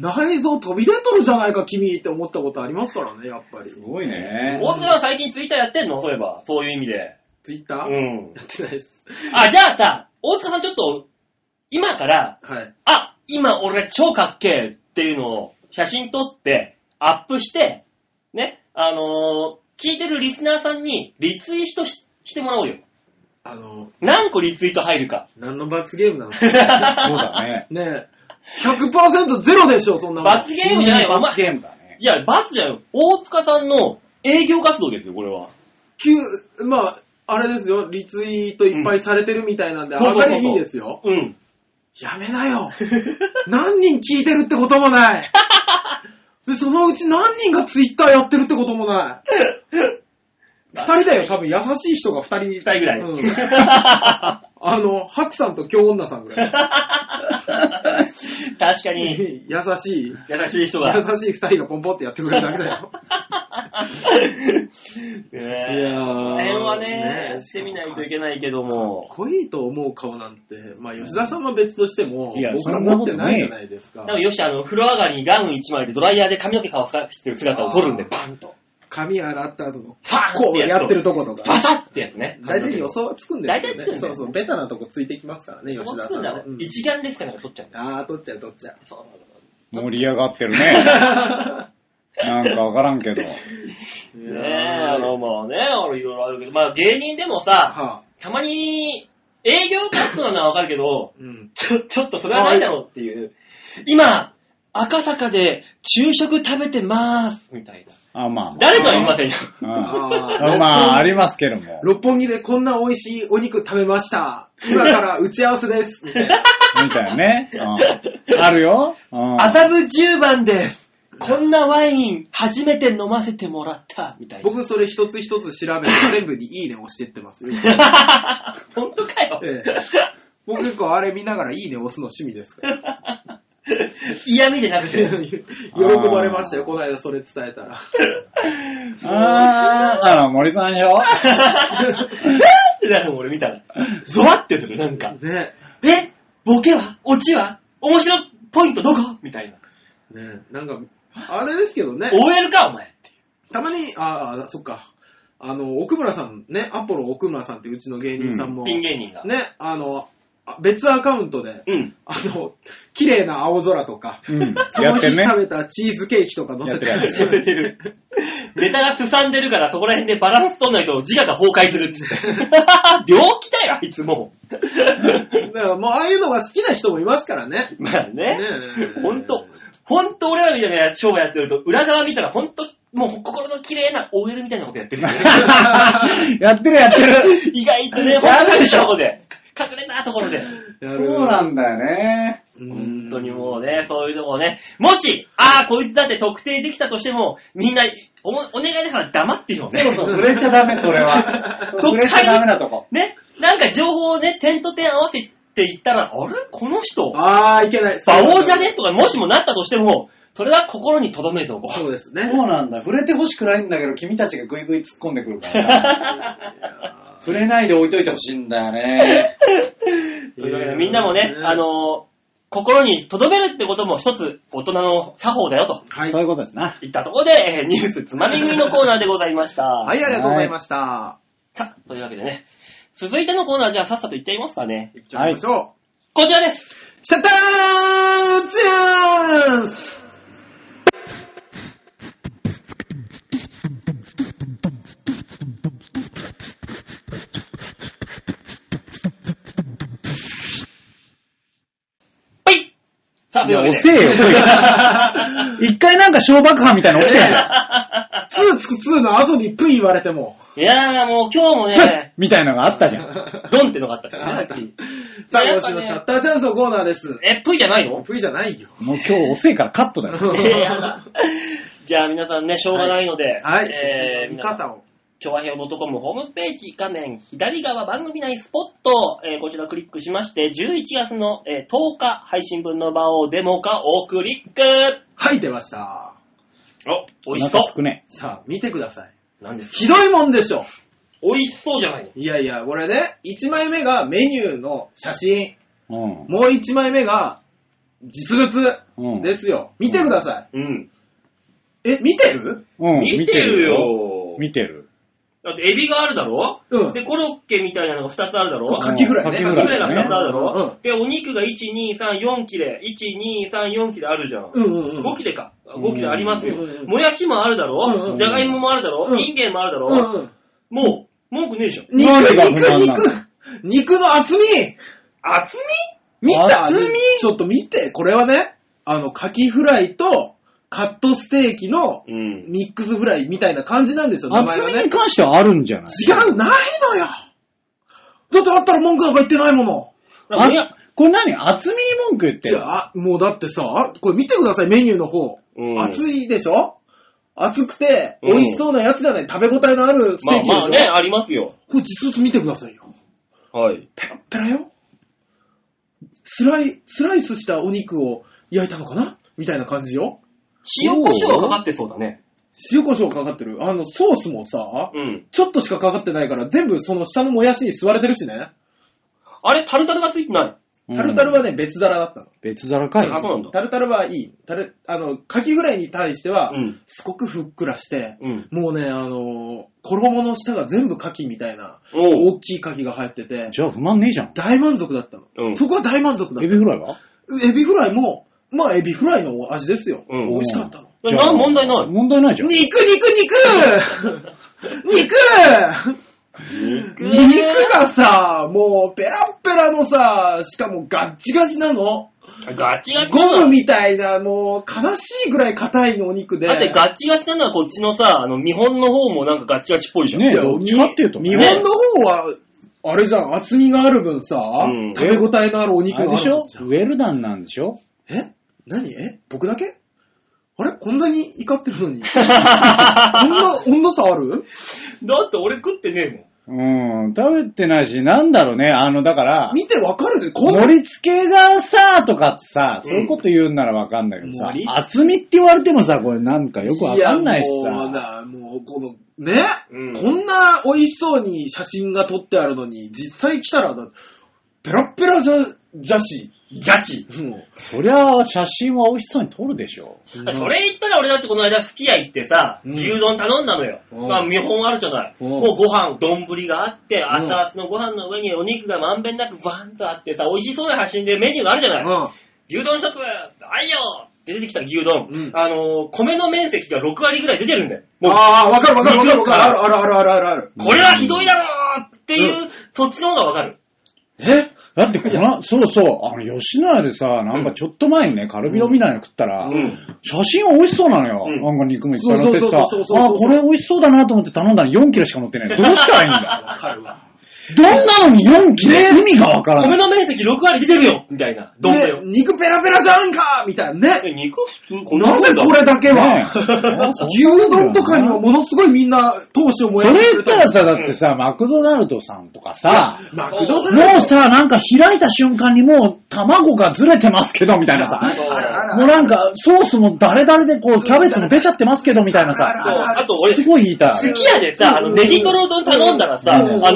C: 内臓飛び出とるじゃないか、君って思ったことありますからね、やっぱり
D: ー。すごいね。
B: 大塚さん最近ツイッターやってんのそういえば。そういう意味で。
C: ツイッタ
B: う
C: ー、や
B: ん。
C: ってないです。
B: あ、じゃあさ、大塚さんちょっと、今から、
C: はい。
B: あ、今俺超かっけえっていうのを写真撮って、アップして、ね、あのー聞いてるリスナーさんにリツイートししてもらおうよ。
C: あの、
B: 何個リツイート入るか。
C: 何の罰ゲームなの ね
D: そうだね。
C: え。100%ゼロでしょ、そんなもん。
B: 罰ゲームじゃないよ、お前
D: 罰。ゲームだね。
B: いや、罰じゃよ。大塚さんの営業活動ですよ、これは。
C: 急まあ、あれですよ、リツイートいっぱいされてるみたいなんで、
B: うんそう
C: あ
B: そうそう
C: が
B: そう
C: りいいですよ。
B: うん。
C: やめなよ 何人聞いてるってこともない で、そのうち何人がツイッターやってるってこともない 二人だよ、多分優しい人が二人。二
B: 人ぐらい
C: うん、あの、ハクさんと京女さんぐらい。
B: 確かに、
C: 優しい。
B: 優しい人が。
C: 優しい二人がポンポってやってくれるだけだよ。
B: い
C: いやー
B: この辺はね、
C: ね
B: してみないといけないけども。
C: 濃いと思う顔なんて、まあ吉田さんは別としても、
D: いや
C: 僕
D: そ
C: は
D: んな
C: 持
D: こ
C: っ
D: と
C: て
D: ね
C: ないじゃないですか
B: なん。かよし、あの、風呂上がりにガウン1枚でドライヤーで髪の毛乾かしてる姿を撮るんで、
C: あー
B: バンと。
C: 髪洗った後の、
B: パン
C: こ
B: って
C: うやってるとことか。
B: パサってやつね。
C: 大体予想はつくんですよ
B: 大体つ
C: ね。
B: くんだよ
C: そうそう、ベタなとこついてきますからね、
B: そ
C: 吉
B: こ
C: 田
B: つ
C: さ
B: く
C: ん
B: んだね
C: は。うん。
B: 一眼レフかなんか撮っちゃう。
C: あー、取っちゃう取っちゃう。
B: そうそうそう
D: 盛り上がってるね。なんかわからんけど。
B: ねえ、
C: いや
B: あ
C: ー
B: の、まあね、あの、いろいろあるけど、まあ芸人でもさ、
C: はあ、
B: たまに、営業活動なのはわかるけど、
C: うん。
B: ちょ、ちょっとそれはないだろうっていう。今、赤坂で昼食食べてまーす、みたいな。
D: あ、まあまあ。
B: 誰とは言いませんよ。
D: うん
C: あー
D: まあ、ありますけども。
C: 六本木でこんな美味しいお肉食べました。今から打ち合わせです。みたいな
D: みたいなね。うんあるよ。うん
B: 麻布10番です。こんなワイン初めて飲ませてもらった、みたいな。
C: 僕それ一つ一つ調べて全部にいいね押してってますよ。
B: 本当かよ。
C: ええ僕結構あれ見ながらいいね押すの趣味ですから。
B: 嫌味でなくて。
C: 喜ばれましたよ、この間それ伝えたら。
D: あー、あの、森さんよ。
B: ってなるもん、俺見たら。ゾワってする、なんか。
C: ね。
B: えボケはオチは面白いポイントどこみたいな。
C: ね。なんか、あれですけどね。
B: OL か、お前。
C: たまに、ああ、そっか。あの、奥村さんね、アポロ奥村さんってうちの芸人さんも、
B: ピン
C: ね、
B: 芸人が。
C: あの、あ別アカウントで、
B: うん。
C: あの、綺麗な青空とか、
D: うん。
C: そ
D: や
C: の
D: っ
C: 日
D: てるね。
C: 食べたチーズケーキとか載せて
D: やってるや
B: 寄せてる。ネタがすさんでるから、そこら辺でバランス取んないと自我が崩壊するっつって。 病気だよ、あいつもう。
C: だからもうああいうのが好きな人もいますからね。
B: まあ
C: ね
B: ね。ほんと、ほんと俺らみたいな商売やってると、裏側見たらほんと、もう心の綺麗な OL みたいなことやってるよね。
D: やってるやってる。
B: 意外とね、ほんと隠れたところで。隠れたところで。
C: や
D: そ
C: る
D: うなんだよね。
B: 本当にもうね、そういうとこね。もし、ああ、こいつだって特定できたとしても、みんな、おも、お願いだから黙ってよね。
D: そうそう、触れちゃダメ、それは。そう
B: 都
D: 触
B: 会
D: れちゃダメなとこ。
B: ね、なんか情報をね、点と点合わせていったら、あれこの人、
C: ああ、いけない。
B: 馬王じゃねとか、もしもなったとしても、それは心に留めるぞ、こ
C: そうですね。
D: そうなんだ。触れてほしくないんだけど、君たちがグイグイ突っ込んでくるからな。触れないで置いといてほしいんだよね。
B: うというわけでみんなもね
C: う、ん
B: あのー心に留めるってことも一つ、大人の作法だよ、と
C: はい。
D: そういうことですな。
B: いったところで、えーニュースつまみ食いのコーナーでございました。は
C: はい、ありがとうございました。
B: さあ、というわけでね、続いてのコーナーじゃあさっさといっちゃいますかね。
C: 行っちゃいましょう。
B: こちらです
C: シャッターチャンス
B: ぽいさあ、というわけで。
D: えよ、一回なんか小爆破みたいなの起きたよ。
C: ツーつくツーの後にプイ言われて も。
B: いやー、もう今日も ね、
D: みたいなのがあったじゃん。
B: ドンってのがあったからね、さっき。
C: さあ、今週のシャッターチャンスのコーナーです。
B: え、ぷいじゃ ないの
C: プイじゃないよ。
D: もう今日遅いからカットだよ。
B: えーやだじゃあ皆さんね、しょうがないので、
C: はい。
B: えー
C: 見方を。
B: 調和表 .com ホームページ画面左側番組内スポット、えーこちらクリックしまして、11月の、えー10日配信分の場をデモ化をクリック
C: はい、出ました。
B: お、美味しそう
D: お腹すくね。
C: さあ、見てください。
B: なんです
C: ひどいもんでしょ。
B: 美味しそうじゃないの。
C: いやいや、これね、1枚目がメニューの写真、
D: うん。
C: もう1枚目が実物
D: うん
C: ですよ。見てくださ
B: うん。
C: い。え、見てる
D: うん、
B: 見てるよ。
D: 見てる。
B: だってエビがあるだろ
C: うん
B: で、コロッケみたいなのが2つあるだろ
C: そうカキフライね
D: カキ
B: カ
D: フ
B: キフライが
D: ラ
B: 2
D: イ
B: つあ
D: ね
B: るだろ、
C: う
B: で、お肉が1、2、3、4切れ。1、2、3、4切れあるじゃん。
C: うんうんうん。
B: 5切れか。5切れありますよ
C: うんうんう。ん
B: もやしもあるだ
C: うんう
B: ろ
D: ん
B: じゃがいももあるだろ
C: うん
B: インゲンもあるだ
C: う
B: ろ
C: んうん。
B: もう、文句ねえじゃん。
C: 肉、
D: なんで
C: 肉
D: が不満なの
C: 肉、肉の厚み
B: 厚
C: 見た
D: 厚み
C: ちょっと見て、これはね、あの、カキフライとカットステーキの
B: みうん。
C: ミックスフライみたいな感じなんですよ、名前
D: 厚
C: は
D: み
C: ね
D: に。関してはあるんじゃない
C: 違う、ないのよだってあったら文句なんか言ってないもの。
B: もや
D: あ、これ何厚みに文句言って
C: い
D: る
C: や、あもうだってさ、これ見てください、メニューの方。
B: うん
C: 熱いでしょ熱くて、
B: うん
C: 美味しそうなやつじゃない、食べ応えのあるス
B: ま
C: テ
B: あ
C: ーキでしょ、
B: まあね、ありますよ。
C: これ実物見てくださいよ。
B: はい。
C: ペラッペラよ。スライ、スライスしたお肉を焼いたのかなみたいな感じよ。
B: 塩胡椒がかかってそうだね。
C: 塩胡椒かかってる。あの、ソースもさ、
B: うん。
C: ちょっとしかかかってないから、全部その下のもやしに吸われてるしね。
B: あれ、タルタルがついてない。
C: タルタルは
D: うん
C: ね、別皿だったの。
D: 別皿かい。
B: あ、そうなんだ。
C: タルタルはいい。タル、あの、カキフライに対しては、
B: うん
C: すごくふっくらして、
B: うん。
C: もうね、あのー衣の下が全部カキみたいな、
B: おう。
C: 大きいカキが入ってて、
D: じゃあ不満ねえじゃん。
C: 大満足だったの。
B: うん
C: そこは大満足だった
D: エビフライは
C: エビフライも、まあ、エビフライの味ですよ。
B: うん
C: 美味しかったの。
D: じゃ
B: な、
D: あ
B: 問題ない。
D: 問題ないじゃ
C: 肉、
D: ん。
C: 肉、肉 肉肉がさ、もう、ペラッペラのさ、しかもガッチガチなの。
B: ガチガチ
C: ゴ
B: な
C: ム
B: の。
C: みたいな、もう、悲しいぐらい硬いのお肉で。
B: だってガチガチなのはこっちのさ、あの、見本の方もなんかガチガチっぽいじゃん。
D: ね
C: いや
D: どっちかっていうとね
C: 日本の方は、あれじゃん、厚みがある分さ、
B: うん
C: 食べ応えのあるお肉
D: あれ
C: が
D: で
C: あ
D: し
C: る
D: ょ
C: わ
D: ウ
C: けじゃん
D: ェルダンなんでしょ
C: え何え僕だけあれこんなに怒ってるのに。こんな温度差ある
B: だって俺食ってね
D: うん、食べてないし、なんだろうね、あの、だか ら、
C: 見てわかるこんな
D: 盛り付けがさ、とかってさ、そういうこと言うんならわかんないけどさ
C: 盛り、
D: 厚みって言われてもさ、これなんかよくわかんないし
C: やもう
D: さ。
C: な、もうこの、ね、
B: うん
C: こんな美味しそうに写真が撮ってあるのに、実際来たらだ、ペラッペラじゃ、じゃし。
B: えもん。ジャシ。
C: も
D: そりゃ、写真は美味しそうに撮るでしょ。
C: う
B: それ言ったら俺だってこの間すき家行ってさ、
C: うん
B: 牛丼頼んだのよ。
C: うん
B: まあ見本あるじゃない。
C: うん
B: もうご飯、丼があって、熱々のご飯の上にお肉がまんべんなくバーンとあってさ、美味しそうな写真でメニューがあるじゃない。牛丼一つ、あいよって出てきた牛丼、
C: うん
B: あのー米の面積が6割ぐらい出てるんだよ。
C: うん、
B: もう
C: ああ、わかるわかるわかるわ
B: 肉
C: か
B: か
C: る。あ
B: ら
C: るあるあるあるあるある。
B: これはひどいだろーっていう、そっちの方がわかる。
C: え
D: だってこの、そうそう、あの、吉野家でさ、なんかちょっと前にね、カルビ丼みたいなの食ったら、
B: うん
D: 写真美味しそうなのよ。
B: うん
D: なんか肉もいっぱい乗っててさ、あ、
C: そうそうそうそうそうそう
D: これ美味しそうだなと思って頼んだら4キロしか 乗ってない。どうしたらいいんだ
C: わかるわ。
D: どんなのに4キロ意味がわからない
B: 米。の面積6割出てるよみたいな。丼だ
C: ね
B: よ。、
C: 肉ペラペラじゃんかみたいなね。
B: 肉普通こんな
C: な
B: もんだ
C: ぜこれだけは、
D: ねえ
C: 牛丼とかにもものすごいみんな闘志を
D: そ
C: 燃や
D: れ
C: して
D: 言ったらさ、だってさ、マクドナルドさんとかさ、
C: マクドナルド。
D: もうさ、なんか開いた瞬間にもう卵がずれてますけど、みたいなさ。
B: そう
C: あらあら
D: もうなんか、ソースも誰々でこう、キャベツも出ちゃってますけど、みたいな
B: そう
D: さ。
B: あと俺、
D: すごい言いた
B: す
D: い。
B: き家でさ、あの、ネギトロ丼頼んだらさ、あ
D: う
B: の、
D: ん
B: パ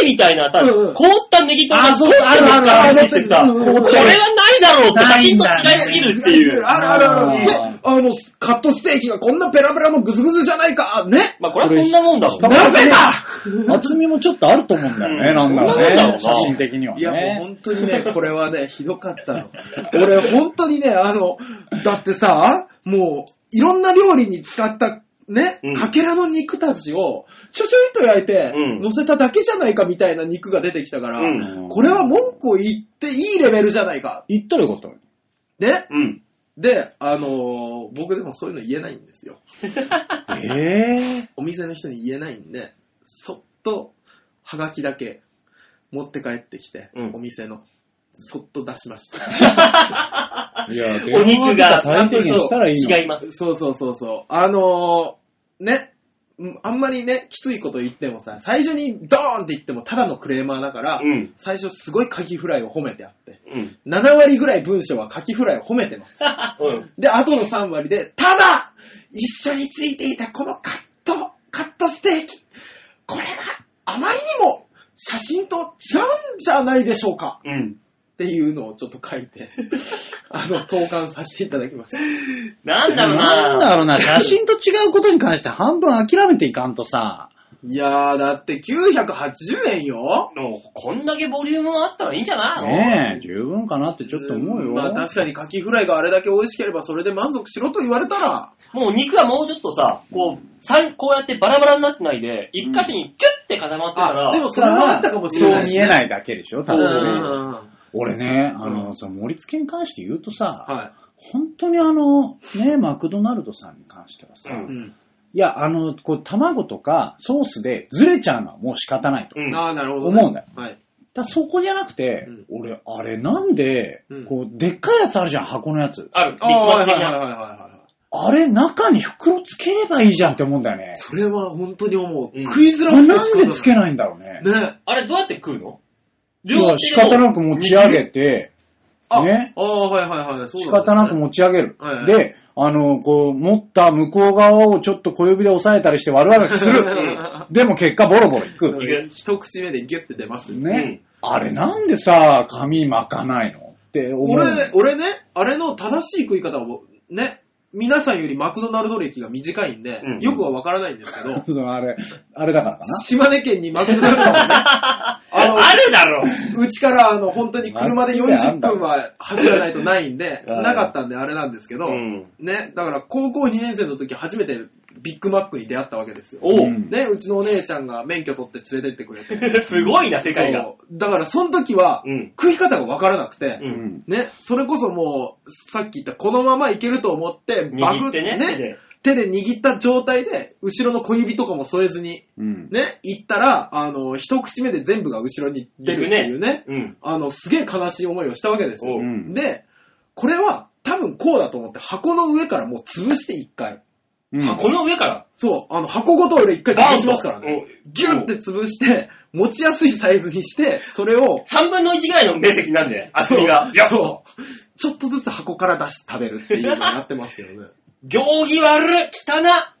B: テみたいなさ、
C: うん
B: 凍ったネギトロ
D: あ、
B: 丼
D: そう、
B: が
D: あるあるある。
B: 出てきてさ、
C: うん
B: こ
C: うん
D: 凍っ
B: れ
D: て
B: は
D: る
B: ないだろうって写真と違いすぎるっていう。
C: あるあるある。
D: うん
C: で、あの、カットステーキがこんなペラペラのグズグズじゃないか。ね。
B: まあこれはこんなもんだろう
D: こ
C: な
D: れ
B: ね。
C: ぜだ
D: 厚みもちょっとあると思うんだよね、
B: う
D: なんんだろ
B: こんな
D: う
B: もんだろうな
D: ね。写真的にはい
C: や、もう
D: ね。
C: 本当にね、これはね、ひどかったの。俺、本当にね、あの、だってさ、もう、いろんな料理に使った、ね
B: うん、
C: かけらの肉たちを、ちょちょいと焼いて
B: うん、
C: 乗せただけじゃないかみたいな肉が出てきたから、
B: うん
C: これは文句を言っていいレベルじゃないか。
D: 言ったらよかったのに。
C: ね。
B: うん。
C: で、あのー僕でもそういうの言えないんですよ。
D: ええ。
C: お店の人に言えないんで、そっと、はがきだけ持って帰ってきて、
B: うん
C: お店の、そっと出しました。
D: いや、
B: お肉が
D: 最低限したらいいの。
B: 違います。
C: そうそうそうそう。あのーね、うんあんまりね、きついこと言ってもさ、最初にドーンって言ってもただのクレーマーだから、
B: うん
C: 最初すごいカキフライを褒めてあって、
B: うん。
C: 7割ぐらい文章はカキフライを褒めてます。
B: うん。
C: で、あとの3割で、ただ一緒についていたこのカット、カットステーキ、これがあまりにも写真と違うんじゃないでしょうか
B: うん。
C: っていうのをちょっと書いて、 あの、投函させていただきました。
B: なんだろう
D: なん
B: な
D: だろうな、写真と違うことに関して半分諦めていかんとさ。
C: いやー、だって980円よ
B: もうこんだけボリュームあったらいいんじゃないの、
D: ねえ、十分かなってちょっと思うよ。
C: んまあ確かにカキフライがあれだけ美味しければそれで満足しろと言われたら、
B: もう肉はもうちょっとさ、こう、三こうやってバラバラになってないで、一箇所にキュッて固まってたら、
C: あでもそれもあったかもしれない
D: そ
C: で
D: う
C: す
D: 見
C: ね
D: えないだけでしょ、多
C: うん
D: 分ね。俺ね、あの、
C: うん
D: その盛り付けに関して言うとさ、
C: は
D: 本当にあの、ね、マクドナルドさんに関してはさ、
B: うん
C: い。うん
D: いや、あの、こう、卵とかソースでずれちゃうのはもう仕方ないと。
B: うん、
C: ああ、なるほど、
D: 思うんだよ。
C: はい。
D: だからそこじゃなくて、
C: うん
D: 俺、あれなんで、
C: うん
D: こう、でっかいやつあるじゃん、箱のやつ。
B: ある、ビッ
C: あ
B: グマ
C: あ
B: ッ
C: ー、
B: ク
C: はい
B: 的
C: はいはい
B: な。
C: はいは
D: あれ、中に袋つければいいじゃんって思うんだよね
C: い。。それは本当に思う。
B: うん
C: 食いづら
D: な
C: く
D: ん
C: て
D: でつけ
C: い
D: ないんだろうね。
C: ね。
B: あれどうやって食うの
D: いや仕方なく持ち上げて、
C: あ、
D: ね
C: ああ、はいはいはい。そう
D: 仕
C: だ
D: 方なく持ち上げる
C: はいは。い
D: で、あの、こう、持った向こう側をちょっと小指で押さえたりして悪あがきする。でも結果ボロボロいく。
B: く
C: 一口目でギュッて出ます。
D: ね。あれなんでさ、髪巻かないのって思う。
C: 俺、俺ね、あれの正しい食い方を、ね、皆さんよりマクドナルド歴が短いんで、
B: うん
C: よくはわからないんですけど、
D: そのあれ、あれだからかな。
C: 島根県にマクドナルドがね、あの
B: あるだろ
C: うちからあの本当に車で40分は走らないとないんで、
D: うん
C: なかったんであれなんですけど、
B: うん
C: ね、だから高校2年生の時初めてビッグマックに出会ったわけですよ。
B: おう、
D: うん
C: ね、うちのお姉ちゃんが免許取って連れてってくれて。
B: すごいな、世界が。
C: そうだからその時は、
B: うん
C: 食い方がわからなくて、
B: う。
D: うんん。
C: ね、それこそもう、さっき言ったこのままいけると思って、バ
B: 握
C: グっ
B: って
C: て
B: ね。手
C: ね、
B: で
C: 手で握った状態で、後ろの小指とかも添えずに、
D: うん。
C: ね、行ったら、あの、一口目で全部が後ろに出るっていうね、
B: うん。
C: あの、すげえ悲しい思いをしたわけです
B: お
C: よ。
D: うん
C: で、これは多分こうだと思って箱の上からもう潰して一回。
D: うん
B: 箱の上から。
C: そう、あの箱ごと俺一回
B: ガン
C: 潰
B: と
C: しますからね。
B: うん
C: ギュンって潰して、持ちやすいサイズにして、それを、
B: 3分の1ぐらいの面積なんで、厚みが。
C: そう
B: う。
C: そう。ちょっとずつ箱から出して食べるっていうのになってますけどね。
B: 行儀悪い汚な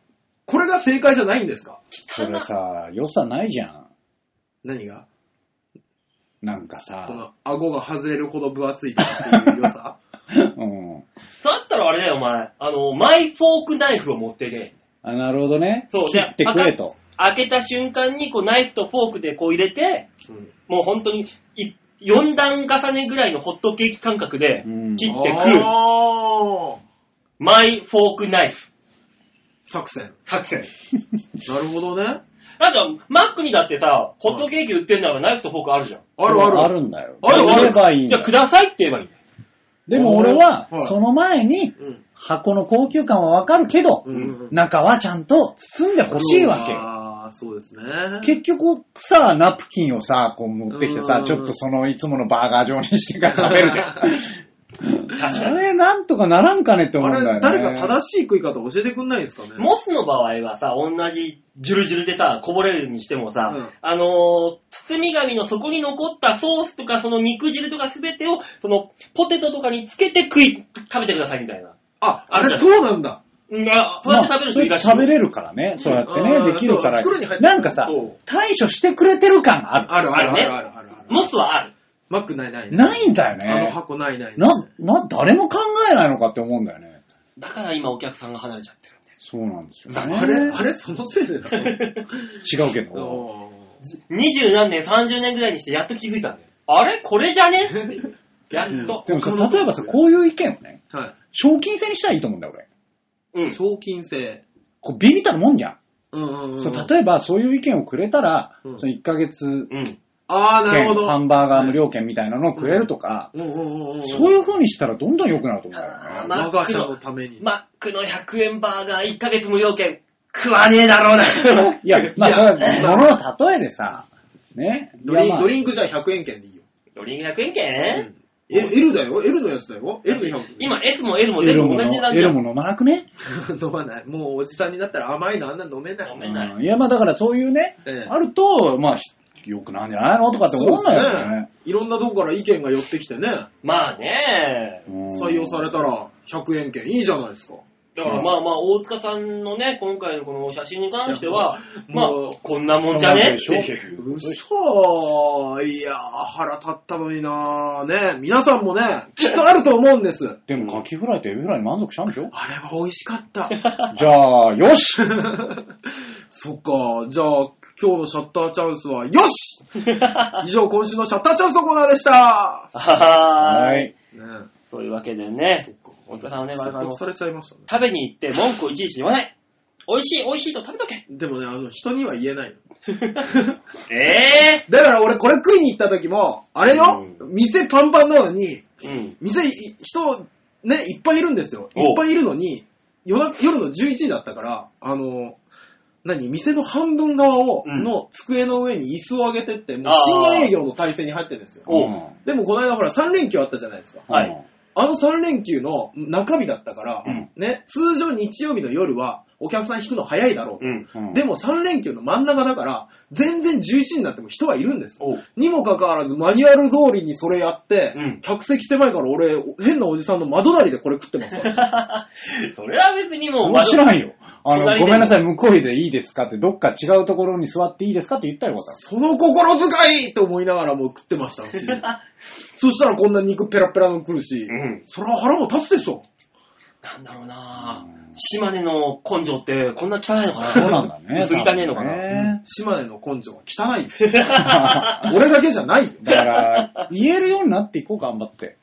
C: これが正解じゃないんですか
D: それさ、良さないじゃん。
C: 何が
D: なんか
C: こ
D: さ、
C: の顎が外れるほど分厚いとかっていう良さ
D: うん。
B: だったらあれだよ、お前。あの、マイフォークナイフを持ってね。
D: あ、なるほどね。
B: そう
D: 切ってくれと。
B: 開けた瞬間に、こう、ナイフとフォークでこう入れて、
C: うん
B: もう本当に、4段重ねぐらいのホットケーキ感覚で
D: うん、
B: 切ってくる、
C: あー
B: マイフォークナイフ
C: 作戦。
B: 作戦。
C: なるほどね。
B: だって、マックにだってさ、ホットケーキ売ってんならナイフとフォークあるじゃん。
C: あるある。
D: あるんだよ。
C: あるある
D: ればいいん
B: じゃあ、
D: だよ
B: くださいって言えばいいんだよ。
D: でも俺は
C: はい、
D: その前に、
C: うん。
D: 箱の高級感はわかるけど、
C: うんうんうん
D: 中はちゃんと包んでほしいわけよ。
C: ああ、そうですね。
D: 結局さ、ナプキンをさ、こう持ってき
C: うんう
D: て
C: ん
D: さ
C: う、ん
D: ちょっとそのいつものバーガー状にしてから食べるじゃん。
B: 確
D: あ
B: かに。
D: れなんとかならんかねって思うんだよ
C: あ
D: ね
C: れ、。誰か正しい食い方教えてくんないですかね。
B: モスの場合はさ、同じジュルジュルでさ、こぼれるにしてもさ、
C: うん
B: あのー包み紙の底に残ったソースとか、その肉汁とかすべてを、その、ポテトとかにつけて食い、食べてくださいみたいな。あ
C: あ、あ
B: る
C: れ
B: じゃん
C: そうなんだ。
B: うん、あ、そう
D: ま
B: やっ
D: あ
B: て食べる
D: そ
B: 人
D: う
B: い
D: や
B: ら
D: っ
B: ってしゃ
D: 食べ
B: る。
D: れるからね、そうやって
C: う
D: ね、
C: ん
D: できるか
C: そう
D: ら
C: 袋に入っ。てる
D: なんかさ
C: そう、
D: 対処してくれてる感ある。
C: あるある
B: あ
C: あ
B: るね
C: るあるあるある。
B: モスはある。
C: マックないない。
D: ないんだよ
C: あの
D: ね。
C: 箱ないない。
D: な、な、誰も考えないのかって思うんだよね。
B: だから今お客さんが離れちゃってるんだよ。
D: そうなんですよね。
C: あれ、あれ、そのせいでだろ。
D: 違うけど。
B: 二十何年、三十年ぐらいにしてやっと気づいたんだよ。あれこれじゃねっていうやっと。
D: でも
C: 他の
D: さ、
C: とこ
D: 例えばさ、こういう意見をね、
C: は
D: 賞金制にしたらいいと思うんだよ、俺。
B: う
C: い。
B: ん。
C: 賞金制。
D: こうビビったるもんじゃん。
C: うんうんうん。
D: そう例えば、そういう意見をくれたら、
C: うん
D: その1ヶ月
B: うん。
C: ああ、なる
D: 券、
C: ほど。
D: ハンバーガー無料券みたいなのをくれるとか、
C: うんうんうんうん。
D: そういう風にしたらどんどん良くなると思うんだ
B: あ
D: よ
B: ま
D: ね。
C: 我が社のために。
B: マックの100円バーガー1ヶ月無料券、食わねえだろうな。
D: いや、まあ、
C: いや
D: それは、ものの例えでさ、ね。
C: ドリン
D: いやまあ
C: ドリンクじゃ100円券でいいよ。
B: ドリンク100円券、
C: うんえ、L だよ ?L のやつだよ ?L の100。
B: 今 S も L も全
D: L
B: 部
D: も
B: 同じな
D: の
B: んじゃ
D: L
B: ん。
D: も飲まなくね
C: 飲まない。もうおじさんになったら甘いのあんな飲めない。
B: 飲めない
D: うんいや、まあだからそういうね、
C: ええ
D: あると、まあ、し良くないんじゃないのとかって
C: そう
D: 思
C: で
D: うん
C: す
D: だよね
C: ね。。いろんなとこから意見が寄ってきてね、
B: まあね。
D: うん
C: 採用されたら100円券いいじゃないですか。
B: だからまあまあ、大塚さんのね、今回のこの写真に関しては、まあ
C: もう、
B: こんなもんじゃねって
D: そんなもん
B: い
D: で
B: う。
D: しょ
C: うそーいやー、腹立ったのになーね。皆さんもね、きっとあると思うんです。
D: でも、カキフライとエビフライに満足したんで しょ
C: あれは美味しか った。
D: じゃあ、よし
C: そっか、じゃあ、今日のシャッターチャンスは、よ し以上、今週のシャッターチャンスのコーナーでした。
B: はーい。
D: い。
C: ね
B: そういうわけでね、大塚さんはね、我
C: 説
B: 々の
C: 得
B: 食
C: されちゃいましたね。
B: べに行って文句をいちいち言わない。美味しい、美味しいと食べとけ。
C: でもね、あの、人には言えない。
B: え
C: だから俺、これ食いに行った時も、あれよ、
B: うん
C: 店パンパンなのに、
B: えうん。
C: 店い、人、ね、いっぱいいるんですよ。
B: お
C: いっぱいいるのに、夜な夜の11時だったから、あの、何店の半分側を、
B: うん
C: の机の上に椅子を上げてって、も
B: あ
C: う
B: ー
C: 深夜営業の体制に入ってるんですよ。
B: おう
D: うん
C: でもこの間ほら3連休あったじゃないですか。
B: はい
D: うん
C: あの3連休の中日だったから、
D: うん
C: ね、通常日曜日の夜はお客さん引くの早いだろうと。
B: うん。
D: うん
C: でも3連休の真ん中だから、全然11時になっても人はいるんです。
B: おう
C: にもかかわらずマニュアル通りにそれやって、
B: うん
C: 客席狭いから俺、変なおじさんの窓なりでこれ食ってます から
B: それは別にもう、
D: 面白いよ。あ
B: 座
D: の、
B: りで
D: ごめんなさい、向こうでいいですかって、どっか違うところに座っていいですかって言ったらよかっ
C: その心遣いって思いながらもう食ってました し、そしたらこんな肉ペラペラの来るし、
B: うん。
C: そりゃ腹も立つでしょ。
B: なんだろうな
D: う
B: ぁ。
D: ん
B: 島根の根性ってこんな汚いのかな
D: た。そうなんだね。
B: 薄汚いのかな、
D: な。
C: 島根の根性は汚いよ。 俺だけじゃないよ。
D: だから、言えるようになっていこう、頑張って。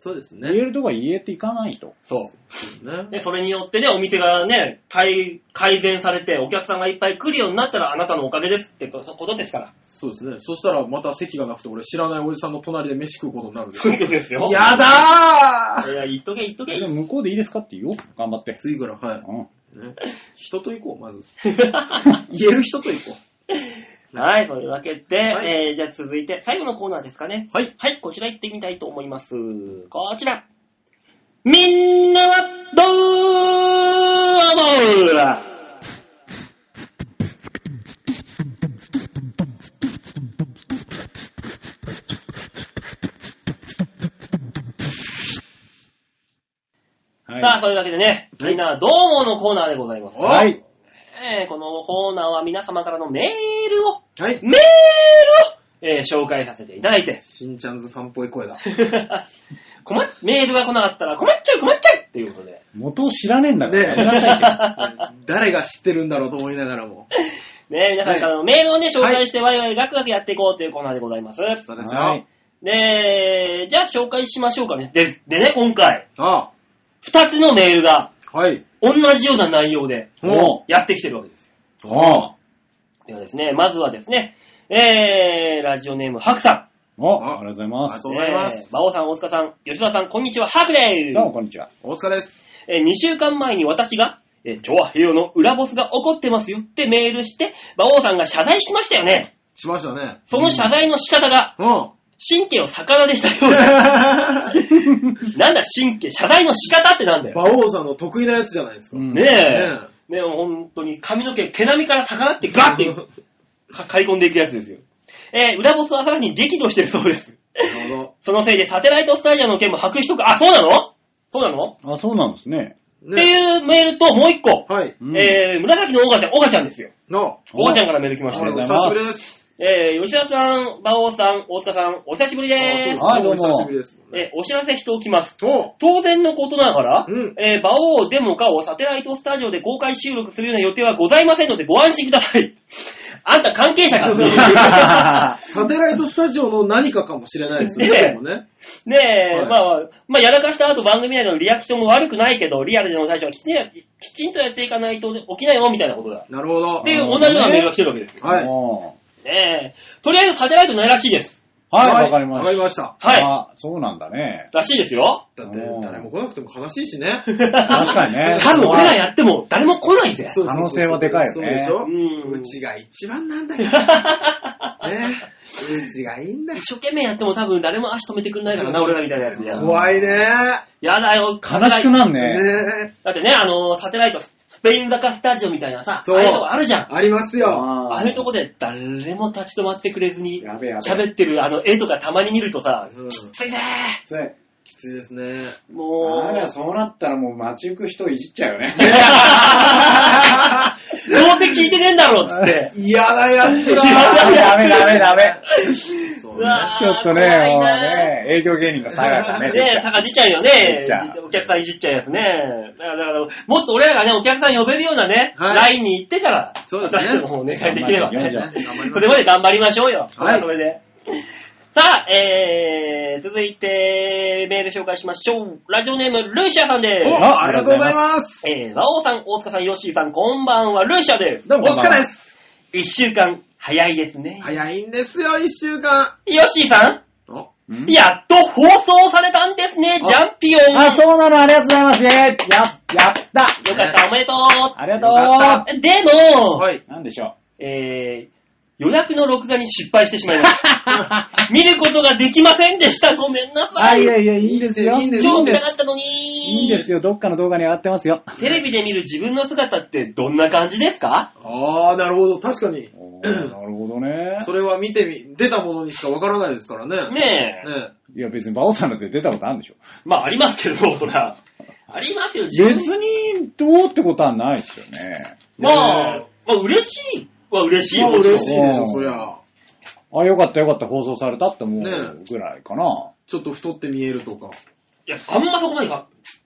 C: そうです
D: 言え。るとこは言えていかないと。
B: そ
C: ね
B: う。で、それによってね、お店がね、改改善されて、お客さんがいっぱい来るようになったら、あなたのおかげですってことですから。
C: そうですね。そしたらまた席がなくて俺知らないおじさんの隣で飯食うことになるでし
B: そ
C: ょ
B: ういうことですよ。
C: やだ
B: い
C: ー
B: や、言っとけ、言っとけ。
D: でも向こうでいいですかって言おう。頑張って。
C: 次から、はい。
D: うん。
C: ね人と行こう、まず。言える人と行こ
B: はい、というわけで、
C: はい
B: えー、じゃあ続いて、最後のコーナーですかね。
C: う。はい。
B: はい、こちら行ってみたいと思います。こちら。みんなはどう思うさあ、
D: は
B: というわけでね、みんなはどう思うのコーナーでございます。
D: い。はい。
B: えーこのコーナーは皆様からのメールを、
C: はい。
B: メールを、えー紹介させていただいて、
C: しんちゃんずさんっぽい声だ。
B: 困っ、メールが来なかったら困っちゃう困っちゃうっていうことで。
D: 元を知らねえんだか
C: ね
D: ら。
C: え誰が知ってるんだろうと思いながらも。
B: ね、皆さんからのメールをね、紹介してワイワイガクガクやっていこうというコーナーでございます。
C: そうですよ。
D: はい。
B: で、じゃあ紹介しましょうかね。で、でね、今回、
C: あ
B: 二つのメールが
C: あはい。
B: 同じような内容で
D: おう
B: やってきてるわけですよ。
D: おう
B: ではですね、まずはですね、えー、ラジオネーム、ハクさ
D: お
C: あ
D: ありがとうございま
C: あ
D: す
C: と。うございます
B: えー馬王さん、大塚さん、吉田さん、こんにちは、ハクで
D: どうも、こんにちは。
C: 大塚です。
B: す。えー、2週間前に私が、えー、調和平和の裏ボスが怒ってますよってメールして、馬王さんが謝罪しましたよね。
C: しましたね。
B: その謝罪の仕方が、
C: うん。
B: 神経を魚でしたようで なんだ、神経、謝罪の仕方ってなんだよ。
C: 馬王さんの得意なやつじゃないですか。
D: うん
B: ねえね、
C: ね。
B: 本当に髪の毛、毛並みから逆らってガッ てか刈り込んでいくやつですよ。えー、裏ボスはさらに激怒してるそうです。
C: なるほ
B: そのせいでサテライトスタジアムの件も白紙とか、あ、そうなのそうなの、
D: あ、そうなんですね。
C: ど。
B: って
C: ね
B: いうメールともう一個、
C: はい。
D: うん
B: えー、紫のオガちゃん、オガちゃんですよ。
C: の、
B: オガちゃんからメール来まし
D: あ
B: た
D: り
B: よ
D: がとうございま
C: お久し
D: す
C: ぶりです。
B: えー、吉田さん、馬王さん、大塚さん、お久しぶりで
D: あ
B: す。
D: はいどうも
C: お久しぶりですもんね。
B: えー、お知らせしておきます。
C: お
B: 当然のことながら、
C: うん
B: えー、馬王デモカをサテライトスタジオで公開収録するような予定はございませんのでご安心ください。 あんた関係者か っていう。
C: サテライトスタジオの何かかもしれないですね。
B: ねえ
C: でもね。
B: ねえ、
C: はい
B: まあ、まあ、やらかした後番組内でのリアクションも悪くないけど、リアルでの対処はきちんやきちんとやっていかないと起きないよ、みたいなことだ。
C: なるほど
B: って。いう
D: あ
B: 同
D: ー
B: じようなメールが来てるわけですよ。
C: はい。
D: おう
B: ねえ、とりあえずサテライトないらしいです。
D: はい、わかりま
C: わ
D: し
C: か
D: た
C: り。ました。
B: はい
D: あ、そうなんだね。
B: らしいですよ。
C: だって、誰も来なくても悲しいし ね。
D: 確か にね。
B: 多分俺らやっても誰も来ないぜ。
C: そうそうそうそう
D: 可能性はでかいよね
C: そうでしょ
B: うん
C: うちが一番なんだよ。ね。うちがいいんだ。
B: 一生懸命やっても多分誰も足止めてくんないからな、俺らみたいなやつには。
C: 怖いね。
B: やだよ、
D: 悲しくなんね。
C: ね
B: だってね、あのーサテライト、スペイン坂スタジオみたいなさ、
C: そう
B: ああいうとこあるじゃん。
C: ありますよ。
B: あ
D: あ
B: あいうとこで誰も立ち止まってくれずに、
C: やべえやべえ。
B: 喋ってるあの絵とかたまに見るとさ、
C: うん
B: きついね
D: つい。
C: きついですね。
B: ーもう、
D: あら、
B: 強
D: そうなったらもう街行く人いじっちゃうよね。
B: どうせ聞いてねえんだろっつって。
C: 嫌なやつ
D: ダ
C: だ。
D: メダメダメダメ。
C: そう
B: う
C: ね。
B: わー
D: ちょっとね、
B: 怖い
D: もう
B: な
D: ね、営業芸人が下がるね。
B: ねえ、高じちゃうよね
D: じっちゃ。う
B: お客さんいじっちゃうやつね。だから、だからもっと俺らがね、お客さん呼べるようなね、
C: はい
B: ラインに行ってから、
C: そうですね
B: 私たちもお願いできれば
D: 頑張っていきましょう
B: ね。そ
C: 頑張りま
B: れ
C: す
B: まで頑張りましょうよ。
C: はい
B: それで。さあ、えー、続いて、メール紹介しましょう。ラジオネーム、ルーシアさんで
C: お
D: お
C: ありがとうございます。
B: す。えー、ワオさん、大塚さん、ヨッシーさん、こんばんは、ルーシアです。
D: どう
C: お
D: もこんばん
C: 疲
D: は
C: れです。
B: 一週間、早いですね。
C: 早いんですよ、一週間。
B: ヨッシーさ
C: お
D: うん
B: ん、やっと放送されたんですね、ジ
C: あ
B: ャンピオン。
D: あ、そうなの、ありがとうございます。イェーイや、やった
B: よかった、おめでと
D: ありがとう
C: よかっ
B: う。でも、
C: はい。
D: なんでしょ
B: えー、予約の録画に失敗してしまいました。見ることができませんでした。ごめんな
D: う。あ、
B: さ
D: い
B: い。
D: やいや、いいんですよ。
C: いいんです
B: 超見
D: で
B: た
D: す
B: かったのに。
D: いいんですよ。どっかの動画に上がってますよ。
B: テレビで見る自分の姿ってどんな感じですか
C: あー、なるほど。確かに。
D: おーなるほどね
C: そ。れは見てみ、出たものにしかわからないですからね。
B: ねえ。
C: ね
D: いや、別に、バオさんだって出たことあるんでしょ。
B: まあ、ありますけど、そら。ありますよ、自分
D: 別。に、どうってことはないですよね。
B: まあ、まあ、嬉しいは嬉しい。
C: まあ
B: もちろん
C: 嬉しいでしょ、そりゃ。
D: あ、よかったよかった、放送されたって思
C: ね
D: うぐらいかな。
C: ちょっと太って見えるとか。
B: いや、あんまそこまでは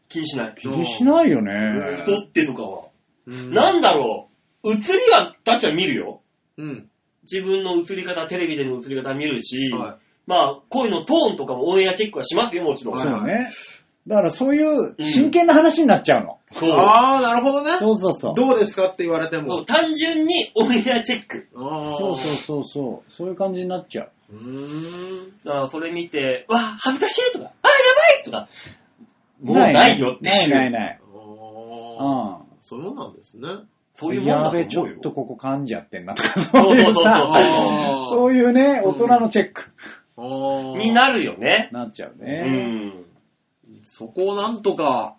B: 気にしない。
D: 気にしないよね。
B: 太ってとかは。
C: うん
B: なんだろう。映りは確かに見るよ。
C: うん。
B: 自分の映り方、テレビでの映り方見るし、
C: は
B: まあ、声のトーンとかもオンエアチェックはしますよ、もちろん。
C: は
D: そ
C: いう
D: ね。だから、そういう、真剣な話になっちゃうの。
C: い。
B: そう
C: あー、なるほどね。
D: そうそうそう。
C: どうですかって言われて
B: も
C: も
B: う。単純にオンエアチェック。
C: あー
D: そうそうそうそう。そういう感じになっちゃう。
C: うーん。
B: だからそれ見て、わあ、恥ずかしいとか、ああ、やばいとか、もうないよって、
D: ないいないうない。
C: あー。
D: う。
C: そうなんですね。
B: そういうんもん
D: や
B: だと思う
D: べ、
B: よ。
D: ちょっとここ噛んじゃってんなとか、そういう
B: そうそう
D: さ、
C: あー
D: そういうね、大人のチェック
C: あー
B: になるよね。
D: なっちゃう
B: う
D: ね。
B: ん。
C: そこをなんとか、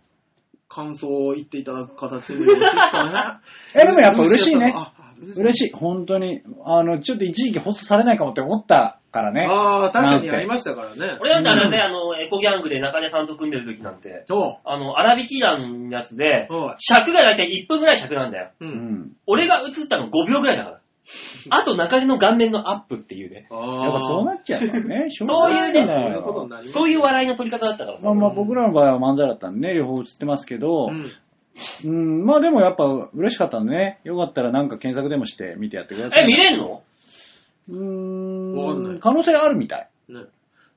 C: 感想を言っていただく形でよろしいですかね。
D: え、でもやっぱ嬉しいね。
C: あ。あ嬉しい。
D: 嬉しい。本当に。あの、ちょっと一時期放送されないかもって思ったからね。
C: ああ、確か
D: なん
C: に
D: せ
C: やりましたからね。
B: 俺なんてあれだぜ、あの、エコギャングで中根さんと組んでる時なんて、
C: そ
B: あの、荒引き団のやつで
C: はい、
B: 尺がだいたい1分ぐらい尺なんだよ。
C: う。う。
D: うんん。
B: 俺が映ったの5秒ぐらいだから。あと中根の顔面のアップっていうね。
C: ああ。
D: やっぱそうなっちゃうからね。しょ
B: そういうね
D: うが
C: そう
D: ないいう
C: ことに
D: よ
C: なります。
B: そういう笑いの取り方だったからさ。
D: まあまあ僕らの場合は漫才だったんでね、両方映ってますけど、
C: うん。
D: うん、まあでもやっぱ嬉しかったんでね、よかったらなんか検索でもして見てやってください。
B: え、見れんの
D: う
C: わかんな
D: ー
C: い
D: ん、可能性あるみたい。
C: ね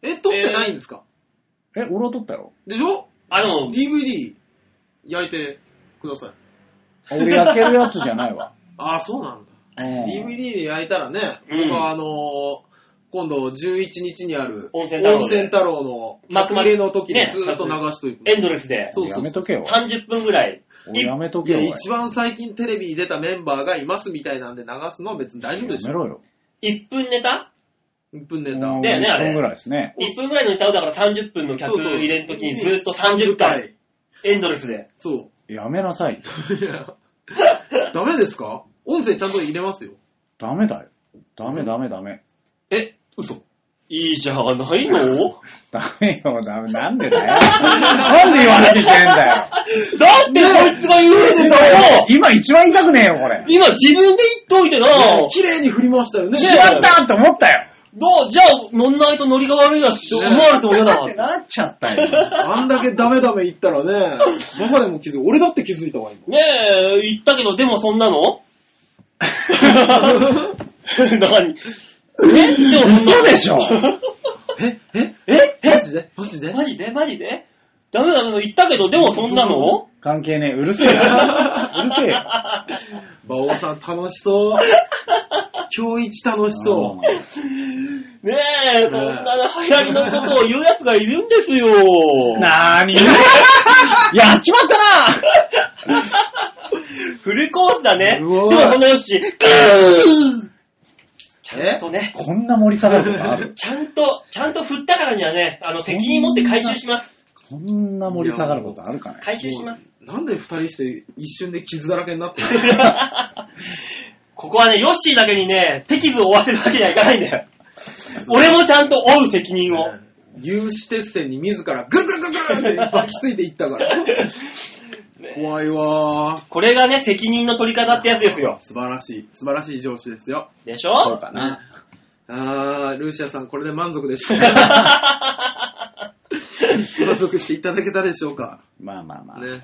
C: え、撮ってないんですか
D: え、俺は撮っ たよ。
C: でしょ
B: あの、
C: ?DVD 焼いてください。
D: 俺焼けるやつじゃないわ。
C: ああ、そうなんだ。
D: うん、
C: DVD で焼いたらね、
B: うん
C: 僕はあのー今度11日にある
B: 温泉太郎で
C: 温泉太郎の幕
B: 幕ま
C: 入
B: で
C: れの時に
B: ね
C: ずーっと流しといて。
B: エンドレスで、
C: そうそうそう
D: やめとけよ。
B: 30分ぐらい。
D: 俺やめと
C: い
D: けよ。
C: や、
D: おい
C: 一番最近テレビに出たメンバーがいますみたいなんで流すのは別に大丈夫でし
D: やめ
C: ょ。
D: ろよ。
B: 1分ネタ
C: 1分ネタ。
D: うん
B: だよねあれ
D: こんぐらいですね。
B: 1分ぐらいの歌をだから30分の
C: そ
B: 客
C: うそう
B: 入れん時にずっと30回、。エンドレスで。
C: そ
D: やめなさ
C: う。
D: い。
C: いやダメですか音声ちゃんと入れますよ。
D: ダメだよ。ダメダメダメ。
B: え、嘘いいじゃないの
D: ダメよ、ダメ。なんでだよ。 なんで言わなきゃいけないんだよ。
B: だってこいつが言うてたよ
D: 今一番痛くねえよ、これ。
B: 今自分で言っといてな
C: 綺麗に振りましたよね。
D: しまったって思ったよ。
B: どうじゃあ乗んないとノリが悪いやつって思われても嫌だ
D: っ
B: わ
D: て。なっちゃったよ。
C: あんだけダメダメ言ったらね、マサでも気づい俺だって気づいたわ、今。
B: ねえ、言ったけど、でもそんなの 何えでもそんな
D: 嘘でしょ
C: ええ
B: え
C: マジでマジで
B: マジでマジでダメダメ言ったけど、でもそんなの
D: 関係ねえ。うる せえよ。うるせえよ。
C: 馬王さん楽しそう。今日一楽しそ
B: ねえ、そんな流行りのことを言うやつがいるんですよ。
D: なーにやっちまったな
B: フルコースだね。で
C: うわ
B: もそんなよし、ちゃんとね、
D: こんな盛り下がることある
B: ちゃんと、ちゃんと振ったからにはね、あの、責任持って回収します。
D: こんな盛り下がることあるかね
B: 回収します。
C: なんで二人して一瞬で傷だらけになった
B: ここはね、ヨッシーだけにね、手傷を負わせるわけにはいかないんだよ。俺もちゃんと負う責任を。
C: の有刺鉄線に自らぐるぐるぐるぐるって抱きついていっ たから。怖いわ
B: これがね、責任の取り方ってやつですよ
C: ー。。素晴らしい、素晴らしい上司ですよ。
B: でしょ
D: か
C: ね。あー、ルーシアさん、これで満足でしょうか 満足していただけたでしょうか
D: まあまあまあ。
C: ね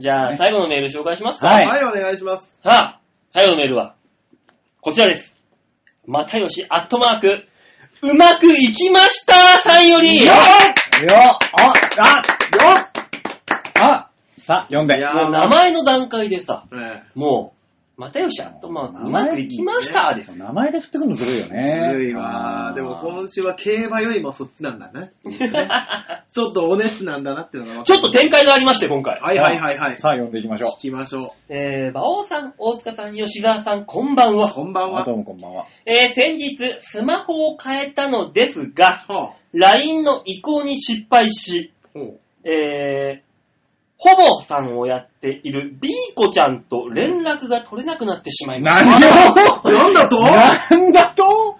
B: じゃあ、最後のメール紹介しますか。
D: はい
C: はい、お願いします。
B: さあ、最後のメールは、こちらです。またよし、アットマーク、うまくいきましたさんより、
D: よっあ、あ、よっあ、さあ、読んで。
C: いや
B: もう名前の段階でさ、
C: ね
B: もう、またよし、アットマーク、うまくいきましたです。
D: 名前で振ってくるのずるいよね。
C: ずるいわー。でも
D: の
C: 今週は競馬よりもそっちなんだ ね。ちょっとオネスなんだなっていうのが分
B: ち
C: か
B: ょっと展開がありまして、今回。
C: はいはいはいはい。
D: さあ、読んでいきましょ
C: 聞きましょ
B: えー、馬王さん、大塚さん、吉沢さん、こんばん
C: う。
B: は。
C: こんばん
D: う。あ、
C: は。
D: どうもこんばんは。
B: えー、先日、スマホを変えたのですが、
C: は
B: LINE の移行に失敗し、
C: あ、ほう
B: えー、ほぼさんをやっている B 子ちゃんと連絡が取れなくなってしまいまし
D: 何を
C: なんだと
D: なんだと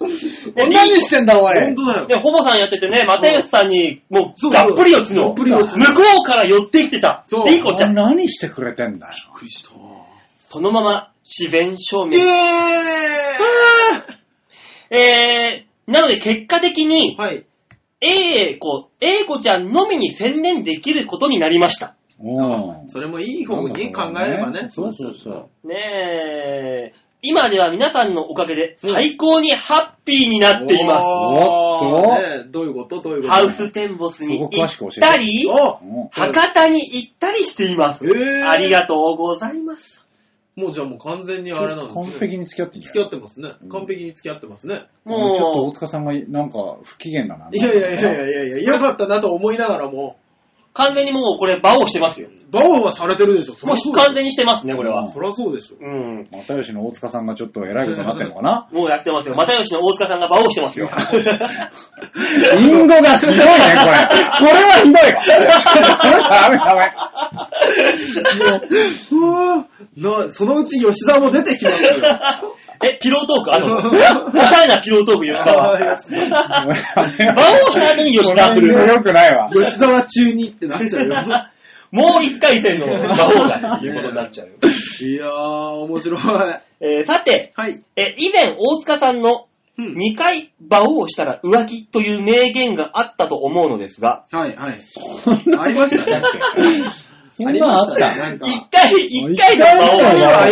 B: や
D: 何してんだ、お
C: 本
D: い。
C: 当だよ
B: た。。で、ほぼさんやっててね、又吉さんに、も
C: そう
B: う、がっぷり四つ
C: が
B: の、
C: っ
B: 向
C: ぷ
B: こ
C: り四つの
B: うから寄ってきてた
C: そう、
B: B 子ちゃん。
D: 何してくれてんだよ。
C: びっくりした。
B: そのまま、自然消滅。
C: え
B: えー、なので結果的に
C: ー、はい。
B: A 子、A 子ちゃんのみに専念できることになりました。
D: うん。
C: それもいい方に考えればね。
D: そうそうそう。
B: ねえ、今では皆さんのおかげで最高にハッピーになっています。
C: おー
D: おっと
C: ねどういうことどういうこと
B: ハウステンボスに行
D: そこ詳
B: っ
D: しく教
B: た
D: え
B: り、
C: お
D: うん
B: 博多に行ったりしています。
C: えー
B: ありがとうございます。
C: もうじゃあもう完全にあれなんですね。
D: 完璧に付き合ってんじゃん
C: 付き合ってますね
D: うん。
C: 完璧に付き合ってますね。
B: もう
D: ちょっと大塚さんがなんか不機嫌だな。
C: いやいやいやいやいやいや、よかったなと思いながらも、
B: 完全にもうこれ、馬王してますよ。
C: バオはされてるでしょ。そ
B: も
C: り
B: う
C: ゃそうでし
B: 完全にしてますね、これ
D: う
B: は
C: ょ。。そりゃそうでしょ。
B: うん。
D: 又吉の大塚さんがちょっと偉いことになってんのか な
B: もうやってますよ。又吉の大塚さんが馬王してますよ。
D: インゴがひどいね、これ。これはひどいわ。これダメダ
C: うわーなそのうち吉沢も出てきますよ。
B: え、ピロートークあるのおしゃれなピロートーク、吉沢は。
D: メ。
B: 馬王した後に吉
D: こ
B: 沢す
D: れ
B: る。
D: 良くないわ。
C: 吉沢中にってなっちゃうよ。
B: もう一回戦の馬王だっていうことになっちゃうよ。
C: いやー、面白い。
B: えーさて、
C: はい。
B: え、以前、大塚さんの
C: うん
B: 2回馬王したら浮気という名言があったと思うのですが、
C: はい、はい。ありましたね。
D: そ
C: あ
D: ん
C: り
D: な
C: ま
D: んあ
C: し
D: った
C: ね。
D: た
C: なんか、
B: 一回、一回の
C: これ
B: 馬王
D: 一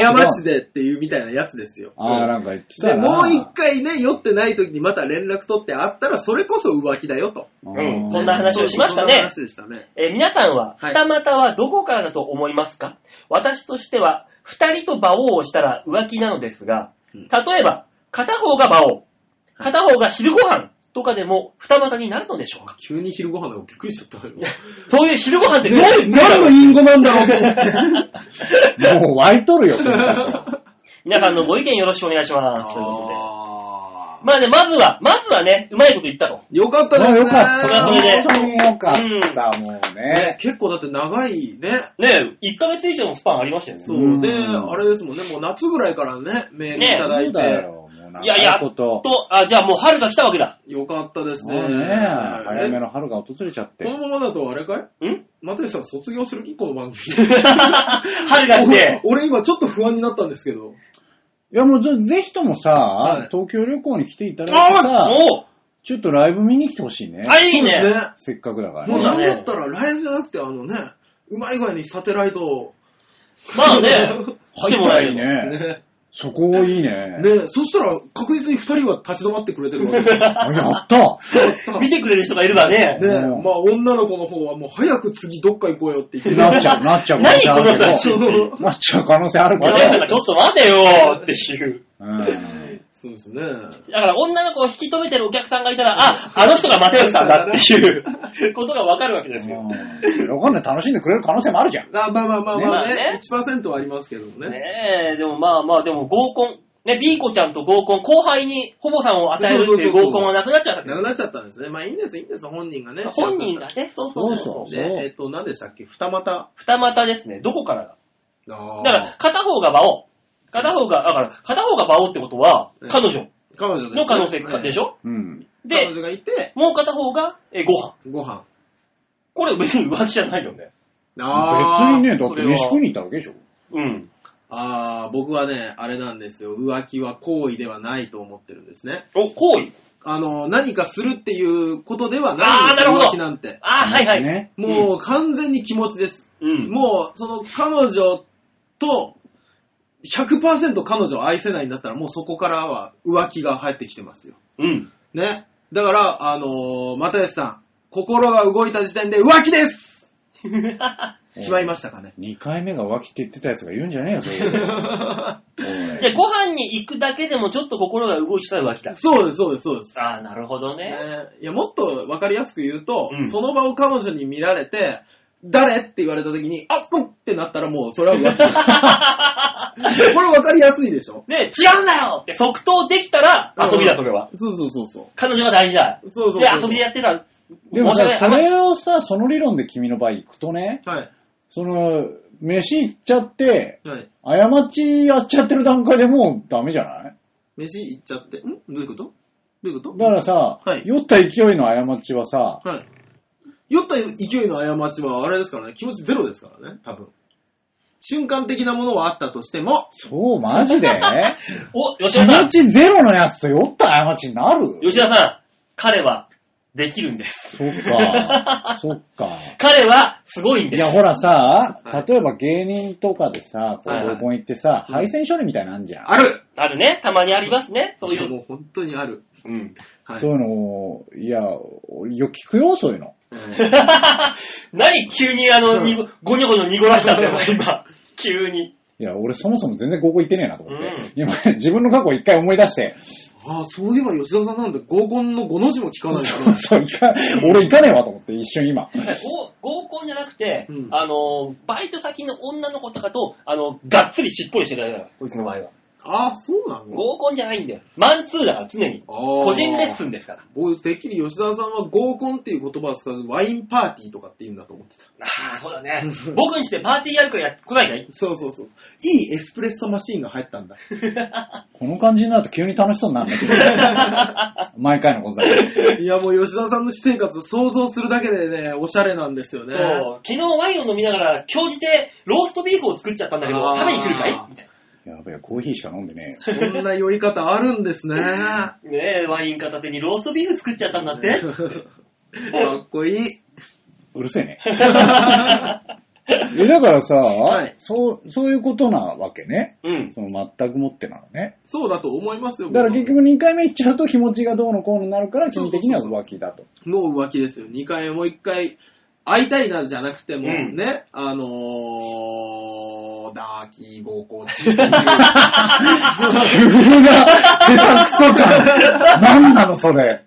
C: は過ちでっていうみたいなやつですよ。
D: ああ、なんか言って
C: で、
D: た
C: も
D: な。
C: う一回ね、酔ってない時にまた連絡取って会ったら、それこそ浮気だよと。
B: うんそんな話をしましたね
C: そんな話でしたね。
B: えー皆さんは、
C: はい
B: 二股はどこからだと思いますか、私としては、二人と馬王をしたら浮気なのですが、
C: う
B: 例
C: ん
B: えば、片方が馬王、片方が昼ご飯とかでも二股になるのでしょうか
C: 急に昼ご飯だびっくりしちゃ ったよ。
B: そういう昼ご飯ってどういうことだ
C: 何
B: ろ
C: の
B: う
C: 隠語なんだろうと思って。
D: もう湧いとるよ、この 人た
B: 皆さんのご意見よろしくお願いします。ということで
C: あー
B: まあね、まずは、まずはね、うまいこと言ったと。
C: よかっ
D: ち
C: た
D: は。
C: で
D: もう
C: すね。
D: よかった。
B: それはそれで
D: 本当によかった、もう
C: ね
D: ね。
C: 結構だって長いね。
B: ねえ、1ヶ月以上のスパンありましたよね。
C: そうう。
D: ん
C: で、あれですもんね、もう夏ぐらいからね、メールいただ
D: そ
C: いう
D: だ
C: て。
D: よ。もう
B: いやいや、
D: 長い
B: と
D: こと。、
B: あ、じゃあもう春が来たわけだ。
C: よかったです
D: も
C: ね。
D: うね、早め
C: え
D: の春が訪れちゃって
C: こ。のままだとあれかい
B: ん
C: 又吉さん卒業する気この番組。
B: 春が来て。
C: 俺今ちょっと不安になったんですけど。
D: いやもうぜぜひともさ、
C: はい
D: 東京旅行に来ていただいてさ、
B: おう
D: ちょっとライブ見に来てほしいね。
B: あ、いいね。
C: そうですね
D: せっかくだから
C: も
B: そうう
D: ね。
B: だね
C: なんだったらライブじゃなくて、あのね、うまい具合にサテライトを。
B: まあね。来てもらえる
D: い
B: ね。
D: ね。
C: ね。
D: そこいいね。
C: ねそしたら確実に二人は立ち止まってくれてるわけ。 ね
D: あやった
B: 見てくれる人がいるからね。
D: うん
C: まあ女の子の方はもう早く次どっか行こうよって言って
D: なっちゃう、なっちゃう可能
B: 何
D: 性あ
B: こ
D: る
B: の
D: け
B: 話っていう。
D: ど。なっちゃう可能性あるけ
B: ま
D: ど
B: た。なんかちょっと待てよっていう。
D: うん
C: そうですね。
B: だから女の子を引き止めてるお客さんがいたら、あ、あの人が又吉さんだっていう ことがわかるわけ ですよ。
D: うん。喜んで楽しんでくれる可能性もあるじゃん。
C: あまあまあまあまあ
B: ね
C: ね、1%はありますけどもね。
B: ねえ、でもまあまあ、でも合コン、ね、ビーコちゃんと合コン、後輩にほぼさんを与えるっていう合コンはなくなっちゃったけど
C: なくなっちゃったんですね。まあいいんです、いいんです、本人がね。
B: 本人がね、そうそうそう
D: そう
B: そう。
D: そう
C: ね、えっと、何でしたっけ二股。
B: 二股ですね。どこからだだ
C: あー
B: から、片方が馬王。片方が、だから、片方が馬王ってことは
C: う、ん
B: 彼女
C: 彼女ですね
B: の可能性かでし
C: ょ
B: ょ
D: うん。
C: 彼
B: で、
C: 女がいて、
B: もう片方が、えーご飯。
C: ご飯。
B: これ別に浮気じゃないよね。
D: 別にね、だっ
B: そ
D: て
B: れは
D: 飯食いに行ったわけでしょ。
B: うん。
C: あー、僕はね、あれなんですよ。浮気は行為ではないと思ってるんですね。
B: お、行為。
C: あの、何かするっていうことでは
B: あ
C: ない
B: ー
C: んで
B: な
C: す
B: るほど
C: 浮気なんて。
B: あー、はいはい。
D: ね。
C: もう完全に気持ちです。
B: うん。
C: もう、その彼女と、100%彼女を愛せないんだったら、もうそこからは浮気が入ってきてますよ。
B: うん。
C: ね。だから、あのー、又吉さん、心が動いた時点で浮気です決まりましたかね。
D: 2回目が浮気って言ってたやつが言うんじゃね えよ、それ。おい
B: で、ご飯に行くだけでもちょっと心が動いた浮気だ。
C: そうです、そうです、そうです。
B: あー、なるほどね。
C: ね、いやもっと分かりやすく言うと、
B: うん
C: その場を彼女に見られて、誰って言われた時に、あっこってなったらもうそれは浮 気です。これ分かりやすいでしょ
B: ね、違うんだよって即答できたら、遊びだ、それは。
C: そうそうそうそう。
B: 彼女が大事だ。
C: そうそうそう
B: で、遊びでやってたら、
D: でもさ、
B: 申し
D: そ
B: 訳ない
D: れをさ、その理論で君の場合行くとね、
C: はい。
D: その、飯行っちゃって、
C: はい。
D: 過ちやっちゃってる段階でもうダメじゃない
C: 飯行っちゃって、んどういうことどういうこと
D: だからさ、
C: はい
D: 酔った勢いの過ちはさ、
C: はい。酔った勢いの過ちはあれですからね、気持ちゼロですからね、多分。瞬間的なものはあったとしても、
D: そう、マ ジで
B: お、吉田さ
D: 過
B: ん。
D: ちゼロのやつと酔った過ちになる
B: 吉田さん、彼は、できるんです。
D: そっか、そっか。
B: 彼は、すごいんで
D: い
B: す。
D: や、ほらさ
C: はい、
D: 例えば芸人とかでさ、こう
C: はいはい
D: 合コン行ってさ、
C: うん
D: 配線処理みたいなのあんじゃん。
C: ある
B: あるね。たまにありますね。そうい
C: や
B: う。
C: もう本当にある。
B: うん。
C: はい
D: そう。いうのを、いや、俺よ、聞くよ、そういうの。
C: うん
B: 何急にあの、
C: うん
B: にごごにょごにょ濁らしたんだよ、今。急に。
D: いや、俺そもそも全然合コン行ってねえなと思って。
B: うん
D: 今、自分の過去を一回思い出して、
C: ああ、そういえば吉田さんなんて合コンの5の字も聞かないからね。
D: そう、行か、俺行かねえわと思って、一瞬今。
B: 合合コンじゃなくて、
C: うん
B: あの、バイト先の女の子とかと、あの、がっつりしっぽりしてるだけだから、こいつの場合は。
C: ああ、そうなの
B: 合コンじゃないんだよ。マンツーだから、常に。
C: 個
B: 個人レッスンですから。
C: 僕、てっきり吉沢さんは合コンっていう言葉を使うワインパーティーとかって言うんだと思ってた。
B: ああ、そうだね。 僕にしてパーティーやるからやってこないかい
C: そうそうそう。いいエスプレッソマシーンが入ったんだ。
D: この感じになると急に楽しそうになるんだけど。毎回のことだけど。
C: いや、もう吉沢さんの私生活想像するだけでね、おしゃれなんですよね。
B: そう。昨日ワインを飲みながら、今日じてローストビーフを作っちゃったんだけど、
C: あー
B: 食べに来るかいみたい
D: やべえ、コーヒーしか飲んでね
C: そんな酔い方あるんです ね。か
B: な。ねえ、ワイン片手にローストビーフ作っちゃったんだって。
C: っこいい。
D: え。うる せえね。え、だからさ、
C: はい
D: そう、そういうことなわけね。
B: うん。
D: その全くもってなのね。
C: そうだと思いますよ。
D: だから結
C: 僕
D: 局2回目行っちゃうと気持ちがどうのこうのになるから、
C: そう
D: 君
C: そうそうそう
D: 的には浮気だと。
C: もう浮気ですよ。2回、もう1回、会いたいなじゃなくても、
B: うん
C: ね、あのー、ダーキー合コンって
D: 急な、下手くそ感。なんなの、それ。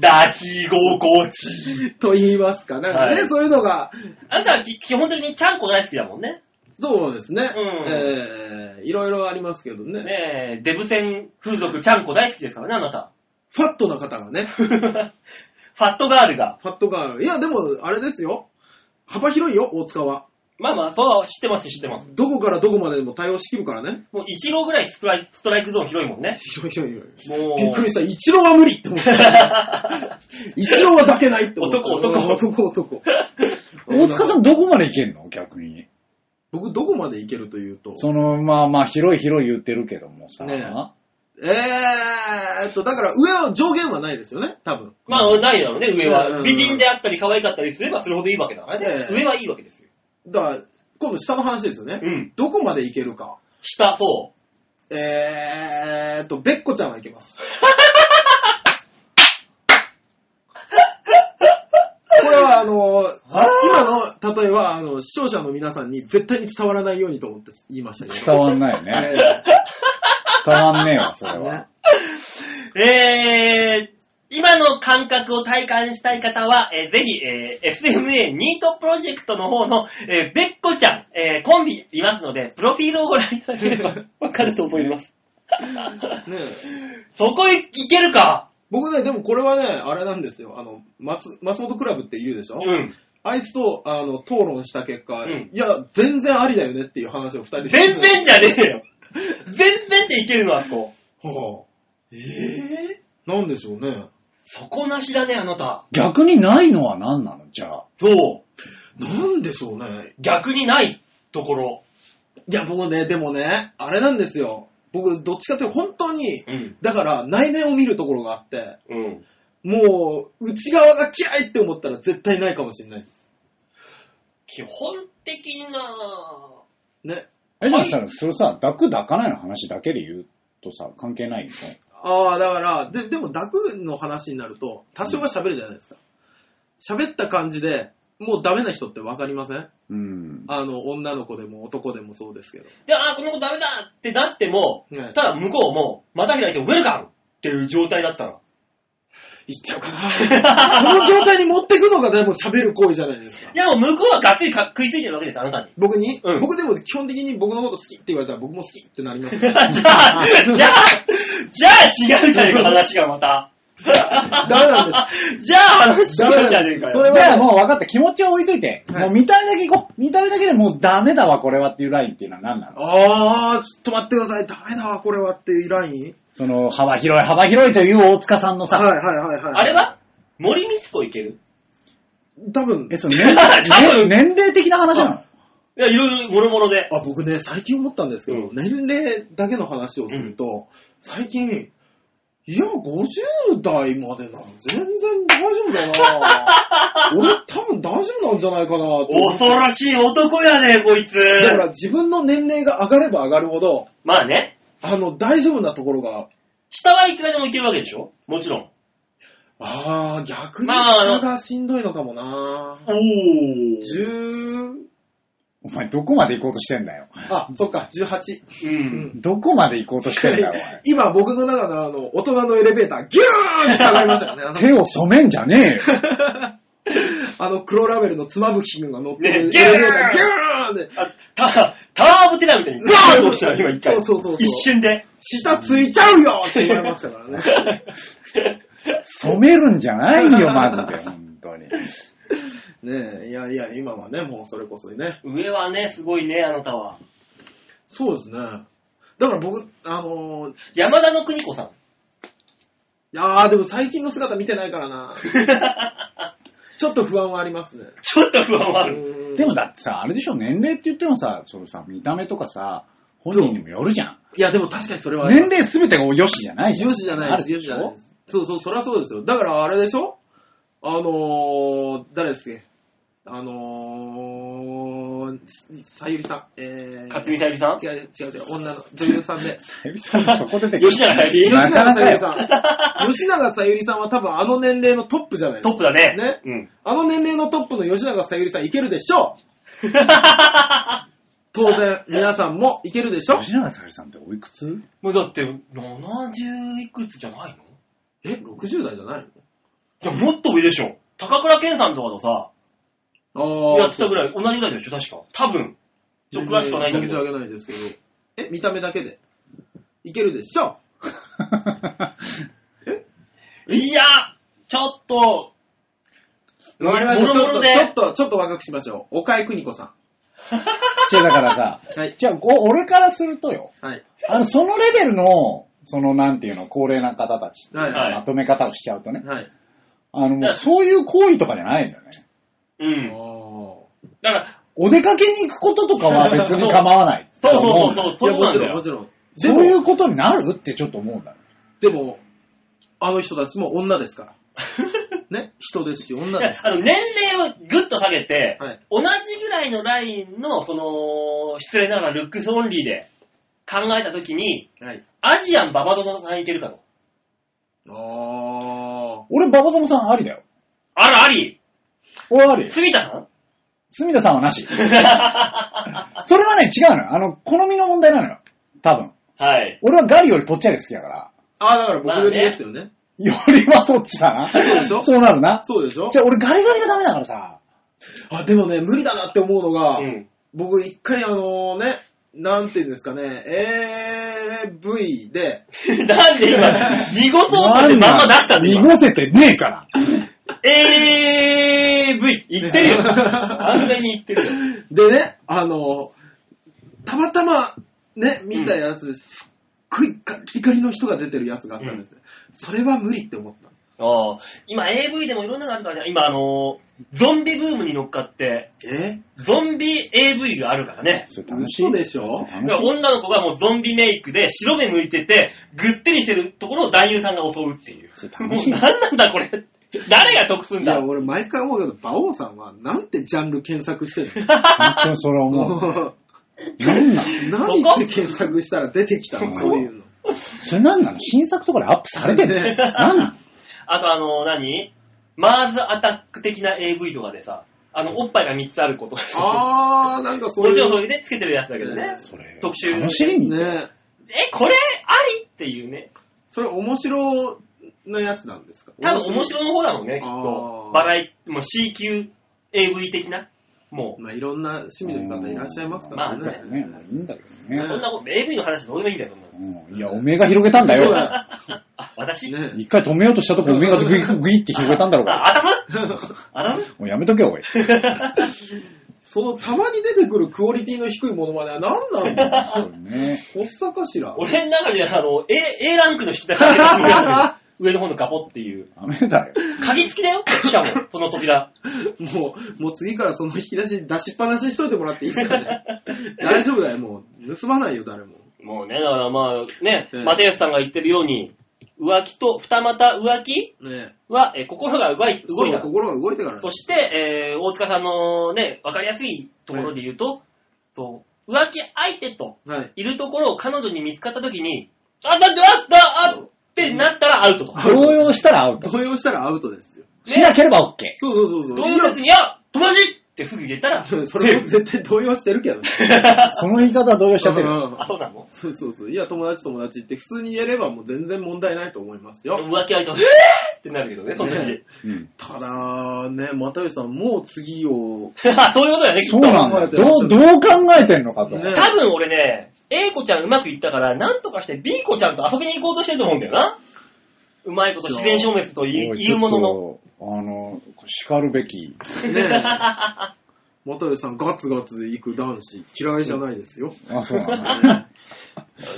B: 抱き心 地。
C: と言いますか、なんかね、
B: はい
C: そういうのが、
B: あんたはき基本的にちゃんこ大好きだもんね。
C: そうですね、
B: うん
C: えー、いろいろありますけどね
B: ねえ、デブ戦風俗ちゃんこ大好きですからね、あなた。
C: ファットな方がね、フ
B: ファットガールが。
C: ァットガール。いや、でも、あれですよ。幅広いよ、大塚は。
B: まあまあ、そうは知ってます、知ってます。
C: どこからどこまででも対応してくるか らね。
B: もう一郎ぐらいストライストライクゾーン広いもんね。
C: 広い広い広い。
B: もう。
C: びっくりした。一郎は無理って思った。 一郎は抱けないって思った。
B: 男男
C: 男男。
D: 大塚さんどこまで行けんの逆に。
C: 僕どこまでいけるというと、
D: その、まあまあ、広い広い言ってるけどもさ。
C: ねえーっと、だから上は上限はないですよね、多分。
B: まあ、ないだろうね、上
C: うんうんう
B: は。
C: ん
B: 美人であったり、可愛かったりすればそれほどいいわけだからね
C: え。え
B: 上はいいわけですよ。
C: だから、今度下の話ですよね。
B: うん。
C: どこまでいけるか。
B: 下、そ
C: えーっと、べっこちゃんはいけます。これはあの今の例えはあの視聴者の皆さんに絶対に伝わらないようにと思って言いましたけど。
D: 伝わんないよね。伝わんねえわ、それは。
B: う。えー、今の感覚を体感したい方は、えーぜひ、えー SMA ニートプロジェクトの方の、えー べっこちゃん、えーコンビいますので、プロフィールをご覧いただければわかると思います。
C: ねえ
B: そこいいけるか
C: 僕ね、でもこれはね、あれなんですよ。あの、松、松本クラブって言うでしょ、
B: うん。
C: あいつと、あの、討論した結果、
B: うん
C: いや、全然ありだよねっていう話を二人で。
B: 全然じゃねえよ全然っていけるの、あそこ。
C: は
B: ええ
C: あ、なんでしょうね。
B: 底なしだね、あなた。
D: 逆にないのは何なのじゃあ。
B: そう。
C: なんでしょうね。
B: 逆にないところ。
C: いや、僕ね、でもね、あれなんですよ。僕、どっちかっていうと本当に、
B: うん。
C: だから、内面を見るところがあって、
B: うん。
C: もう、内側が嫌いって思ったら絶対ないかもしれないです。
B: 基本的な、
C: ね。
D: え、でもさ、それさ、抱く抱かないの話だけで言うとさ、関係ないよね。
C: ああ、だから、で、でも、ダクの話になると、多少は喋るじゃないですか。喋った感じで、もうダメな人ってわかりません
D: うん。
C: あの、女の子でも男でもそうですけど。
B: で、あー、この子ダメだってなっても、
C: ね
B: ただ向こうも、また開いてウェルカムっていう状態だったら。
C: いっちゃうかな。その状態に持ってくのがでも喋る行為じゃないですか
B: い。や、もう向こうはガッツリか食いついてるわけです、あなたに。
C: 僕に、
B: うん
C: 僕でも基本的に僕のこと好きって言われたら僕も好きってなり ます
B: じ
C: よ。
B: ゃあ、じゃあ、じゃあ違うじゃねえか、話がまた。
C: ダメなんです。
B: じゃあ話違うじゃねえか
C: そ
B: よ。
C: れは
D: じゃあもう分かった。気持ちは置いといて。
C: はい
D: もう見た目だけいこう。見た目だけでもうダメだわ、これはっていうラインっていうのは何なの
C: あー、ちょっと待ってください。ダメだわ、これはっていうライン
D: その、幅広い、幅広いという大塚さん
C: は
D: の
C: い
D: さ、
C: はいはいはい。
B: あれは森光子いける
C: 多分
D: え、、その年年年齢的な話なの
B: いや、いろいろ、もろもろで。
C: あ、僕ね、最近思ったんですけど、
B: う
C: 年齢だけの話をすると、最近、いや、50代までなら全然大丈 夫だな俺多分大丈夫なんじゃないかなと思って
B: 恐ろしい男やね、こいつ。
C: だから自分の年齢が上がれば上がるほど、
B: まあね、
C: あの、大丈夫なところが、
B: 下はいくらでもいけるわけでしょもちろん。
C: ああ、逆に
B: まああの
C: 下がしんどいのかもな。
B: お
C: 10、
D: お前どこまで行こうとしてんだよ。
C: あ、そっか、18。
B: うん。
D: どこまで行こうとしてんだよ、
C: 今僕の中のあの、大人のエレベーター、ギューンって上がりましたよね。あ
D: お
C: の
D: 前手を染めんじゃねえよ。
C: あの黒ラベルの妻夫木君が乗ってるエレ
B: ね
C: ベーター、
B: ギュ
C: ギューンって。
B: あ、た、タワーオブテラーみたいにガーンと落ちたよ、今一回。
C: そうそうそうそう
B: 一瞬で。
C: 下ついちゃうよって言われましたからね。
D: 染めるんじゃないよ、マジで、本当に。
C: ねえ、いやいや、今はね、もうそれこそね。
B: 上はね、すごいね、あなたは。
C: そうですね。だから僕、あのー、い
B: 山田の邦子さん。
C: やーでも最近の姿見てないから な。ちょっと不安はありますね。
B: ちょっと不安はある。
C: で
D: でも、だってさ、あれでしょ、年齢って言ってもさ、そのさ、見た目とかさ、本人にもよるじゃん。
C: いやでも確かにそれはあり
D: 年
C: ます。
D: 齢すべてがよしじゃないじゃん。。。
C: よしじゃないです、よしじゃないですす。そうそう、そりゃそうですよ。だからあれでしょあのー、誰ですっけあのー、さゆりさん。えー、
B: 勝美さゆりさん
C: 違う違う違う、女の女優さんで
D: さゆりさん もそこ出てくる。
B: 吉永さゆり
C: 吉
D: な
C: 永さゆ
D: かなか
C: り
D: よ
C: さん。吉永さゆりさんは多分あの年齢のトップじゃないです
B: ト
C: か。
B: ップだね。
C: ね
B: うん。
C: あの年齢のトップの吉永さゆりさんいけるでしょう当然、皆さんもいけるでしょ
D: 吉永さゆりさんっておいくつ
B: もうだって、70いくつじゃないの
C: え、60代じゃない
B: いや、もっと上でしょ。高倉健さんとかとさ、
C: のあ
B: やってたぐらい、同じぐらいでしょ、確か。多分。ちょっと詳しくはないんだけ
C: 全然存
B: ど。
C: じ上げないですけど。え、見た目だけで。いけるでしょ
B: いや、ちょっと、
C: わかりました。ち
B: ボ
C: ょ
B: ロボ
C: っ
B: ロ
C: と、
B: で
C: ちょっと、ちょっと若くしましょう。岡井邦子さ
D: じゃあだからさ、
C: ん。はい。
D: じゃあ、こう俺からするとよ、
C: はい。
D: あの、そのレベルの、その、なんていうの、高齢な方たち、
C: はい
B: はい
D: まとめ方をしちゃうとね、
C: はい。
D: あの、も
B: は
D: う
B: い
D: そういう行為とかじゃないんだよね。
B: うん。
C: お
B: だから、
D: お出かけに行くこととかは別に構わない。
B: そうそうそうそう、
C: ーい
B: そうい
C: や、
B: うこと
C: も
B: なんだよ。
C: ちろん、もちろん。で
D: そうい
C: も、
D: うことになるってちょっと思うんだよ。
C: でも、あの人たちも女ですから。ね。人ですし、女
B: いや
C: です。
B: あの、年齢をぐっと下げて、
C: はい。
B: 同じぐらいのラインの、その、失礼ながらルックスオンリーで考えたときに、
C: はい。
B: アジアンババドノさんいけるかと。
C: あ
D: 俺、ババゾノさんありだよ。
B: あら、あり
D: 俺あり。
B: 杉田さん
D: 隅田さんはなし。それはね、違うのよ。あの、好みの問題なのよ。多分。
B: はい。
D: 俺はガリよりぽっちゃり好きだから。
C: あ。ああ、だから僕より
B: まあね
C: ですよね。
D: よりはそっちだな。そう
C: でしょ
D: なるな。
C: そうでしょ
D: じゃあ、俺ガリガリがダメだからさ。
C: あ、でもね、無理だなって思うのが、
B: うん。
C: 僕一回あのね、なんていうんですかね、え AV で、
B: なんで今、濁そうとしてまんま出したんだ今。
D: 濁せてねえから。
B: AV! 言ってる よ。完全に言ってるよ。
C: でね、あの、たまたまね、見たやつ、すっごいガリガリの人が出てるやつがあったんですよ。それは無理って思った。
B: ああ今 AV でもいろんなのあるからね。今あのーゾンビブームに乗っかって、
C: え
B: ゾンビ AV があるからね。
D: それ楽しい
C: 嘘。でしょ
D: 楽しい
B: 女の子がもうゾンビメイクで白目向いてて、ぐってりしてるところを男優さんが襲うっていう。
D: それ
B: も
D: 楽し
B: う
D: い。
B: 何なんだこれ。誰が得すん
C: い
B: だ
C: や、俺毎回思うけど、馬王さんはなんてジャンル検索してる
D: 本当に それ思う。
C: の
D: なんなの
C: 何って検索したら出てきたの
D: そこ
C: そういうの。
D: それなんなの新作とかでアップされてんの
C: ね
D: なんなの
B: あとあのー何マーズアタック的な AV とかでさ、あの、おっぱいが3つあること。も
C: あー、なんかそう
B: ち
C: い
B: ろんそう
C: う。
B: いうね、つけてるやつだけどね。
D: それ。
B: 特集
D: 楽しみに。
C: ね
B: え、これありっていうね。
C: それ面白のやつなんですか
B: 多分面白の方だもんね、きっと
C: あ。ー
B: バラエティ、もう C 級 AV 的な。も
C: まあいろんな趣味の方いらっしゃいますからね。
B: まあ
D: ね、まあいいんだけ
B: う、
D: どね。
B: そんなこと、AV の話どうでもいいんだよ、そんなの
D: うんいや、おめえが広げたんだ
C: そう
D: よ。
C: だ
B: あ、私
C: よね
D: 一回止めようとしたとこ、おめえがグイグイって広げたんだろう
B: あ、
D: が。
B: あたふ あたふ
D: もうやめとけ よ、おい。
C: そのたまに出てくるクオリティの低いものまでは何なんだ
D: そうね。
C: 発作かしら
B: 俺の中で、あの、A, A ランクの引き出し が上の方のガポっていう。
D: ダメだよ。
B: 鍵付きだよしかも、その扉。
C: もう、もう次からその引き出し出しっぱなしにしといてもらっていいですかね。 大丈夫だよ、もう。盗まないよ、誰も。
B: もうね、だからまあ、ね、
C: うん
B: 又吉さんが言ってるように、浮気と、二股浮気
C: ね
B: は、え心が動い動い
C: そ
B: た
C: う。心が動いてからね
B: そして、えー大塚さんのね、わかりやすいところで言うと、そう、浮気相手と
C: はい。
B: いるところを彼女に見つかったときに、あ、だって、あった、あってなったらアウトと。
D: 動揺したらア ウト。
C: 動揺したらアウトですよ。
D: しなければ OK。
C: そうそうそうそう。
B: 同様に、あ、友達ってすぐ入れ たら、
C: いやそれも絶対動揺してるけど ね。
D: その言い方は動揺しちゃってる
C: う。んうん
B: あ、そうなの
C: そうそうそう。いや、友達友達って普通に言えればもう全然問題ないと思いますよ。
B: 浮気相手は、えーってなるけどね、その時。
D: うん
C: ただ、ね、又吉さん、もう次を、
B: そういうことだね、きっ
D: そ
B: と
D: う。なんだよ。どう、どう考えてんのかと。
C: ね
B: 多分俺ね、A 子ちゃんうまくいったから、なんとかして B 子ちゃんと遊びに行こうとしてると思うんだよな。うまいこと自然消滅と言
D: お
B: う
D: い
B: 言うものの。。
D: ちょっとあの、叱るべき。
C: ね、又吉さんガツガツ行く男子、嫌いじゃないですよ。
D: あ、そうなんだ。
B: ね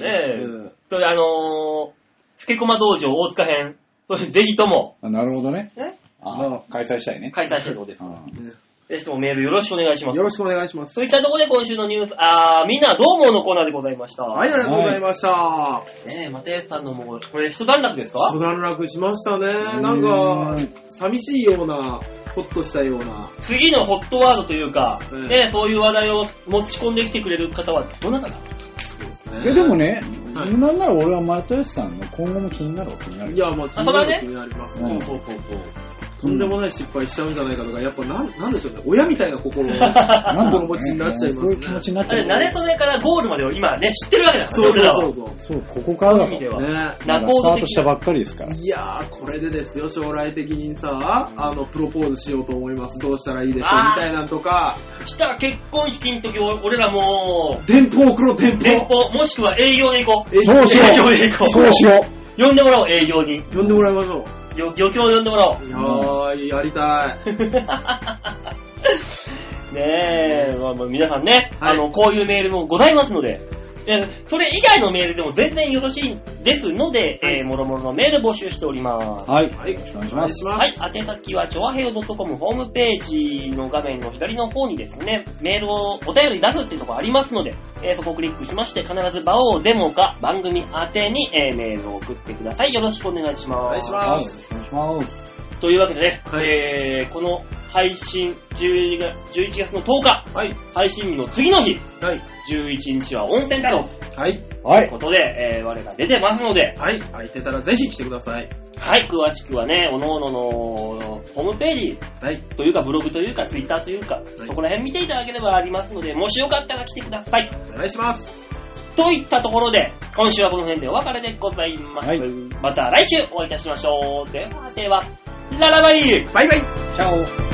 B: え。
C: うん
B: それあのー、つけこま道場大塚編、それぜひとも、
D: あなるほどね。
B: ね、
D: あ開催したいね。
B: 開催してどうですか。
D: うん
C: ね
B: ぜひともメールよろしくお願いします
C: よ。ろしくお願いします。
B: そういったところで今週のニュース、あー、みんなはどう思うのコーナーでございました。
C: はい、ありがとうございました。
B: ねえ、またやさんのもう、これ一段落です
C: 一
B: か
C: 段落しましたね。なんか、寂しいような、ほっとしたような。
B: 次のホットワードというか、
C: うん
B: ねえ、そういう話題を持ち込んできてくれる方は、どなただ
C: そうですね
D: え、でも。ね、
C: はい
D: なんなら俺は又吉さんの今後も気になるわ、気になる。
C: い、や、まあ、気
B: あ
C: に
B: それ
C: な
B: は
C: る
B: ね
C: 気になります
D: うん
C: ね。そうそうそうとんでもない失敗しちゃうんじゃないかとか、やっぱなん、なんでしょうね。親みたい な心を、
D: なんだろ
C: 心
D: う
C: 持
D: ね
C: ちになっちゃいます
D: そう
C: ね。
D: いう気持ちになっ
B: だ
D: ち
B: っ
D: ゃ
B: て、
D: う。
B: 慣れ初めからゴールまでを今ね、知ってるわけだから、
C: そう
B: 俺らは
C: そうそう
D: そう、ここからだ
B: そういう意味で
D: ろ。
B: は
C: そう。ね
D: まだ
B: 仲
D: スタ
B: 人
D: ート
B: 的
D: したばっかりですから。
C: いやー、これでですよ、将来的にさ、あの、プロポーズしようと思います。どうしたらいいでしょう
B: あー
C: みたいなんとか、
B: したら結婚式の時、俺らもう、
C: 電報送ろう、電
B: 連
C: 報。
B: 行、もしくは営業に行こう。
C: え
D: そうしよ
B: 営業で行こ
D: う。
B: う
D: そうしよ
B: 呼んでもらおう、営業に。
C: 呼んでもらいましょ
B: よ余興を呼んでもらおう
C: う。。いやー、やりたい。
B: ねえ、まあ、まあ皆さんね、
C: はい
B: あの、こういうメールもございますので、えーそれ以外のメールでも全然よろしいですので、えー、もろもろのメール募集しておりま
D: う。
B: す。
D: はい。
C: はい
D: よろしくお願いし
C: お
D: ま
C: 願い
D: す。
C: します。
B: はい、宛先は、ちょわへよ .com ホームページの画面の左の方にですね、メールをお便り出すっていうところありますので、えーそこをクリックしまして、必ず場をデモか番組宛てに、えーメールを送ってください。よろしくお願いします。
C: お願いし
D: は
C: ま
D: い。よろ
C: す。
D: しくお願いします。
B: というわけでね、
C: はい
B: えーこの配信12月、11月の10日、
C: はい。
B: 配信日の次の日、
C: はい。
B: 11日は温泉太郎と
C: はい。
D: は
B: いう
D: い。
B: ことで、えー我が出てますので、
C: はい。空いてたらぜひ来てください。
B: はい、詳しくはね、おのおののホームページ
C: はい。
B: というか、ブログというか、ツイッターというか、そこら辺見ていただければありますので、もしよかったら来てください。
C: お願いします。
B: といったところで、今週はこの辺でお別れでございます。
D: はい
B: また来週お会いいたしましょう。ではでは、ララバイ
C: バイバイ
D: チャオ。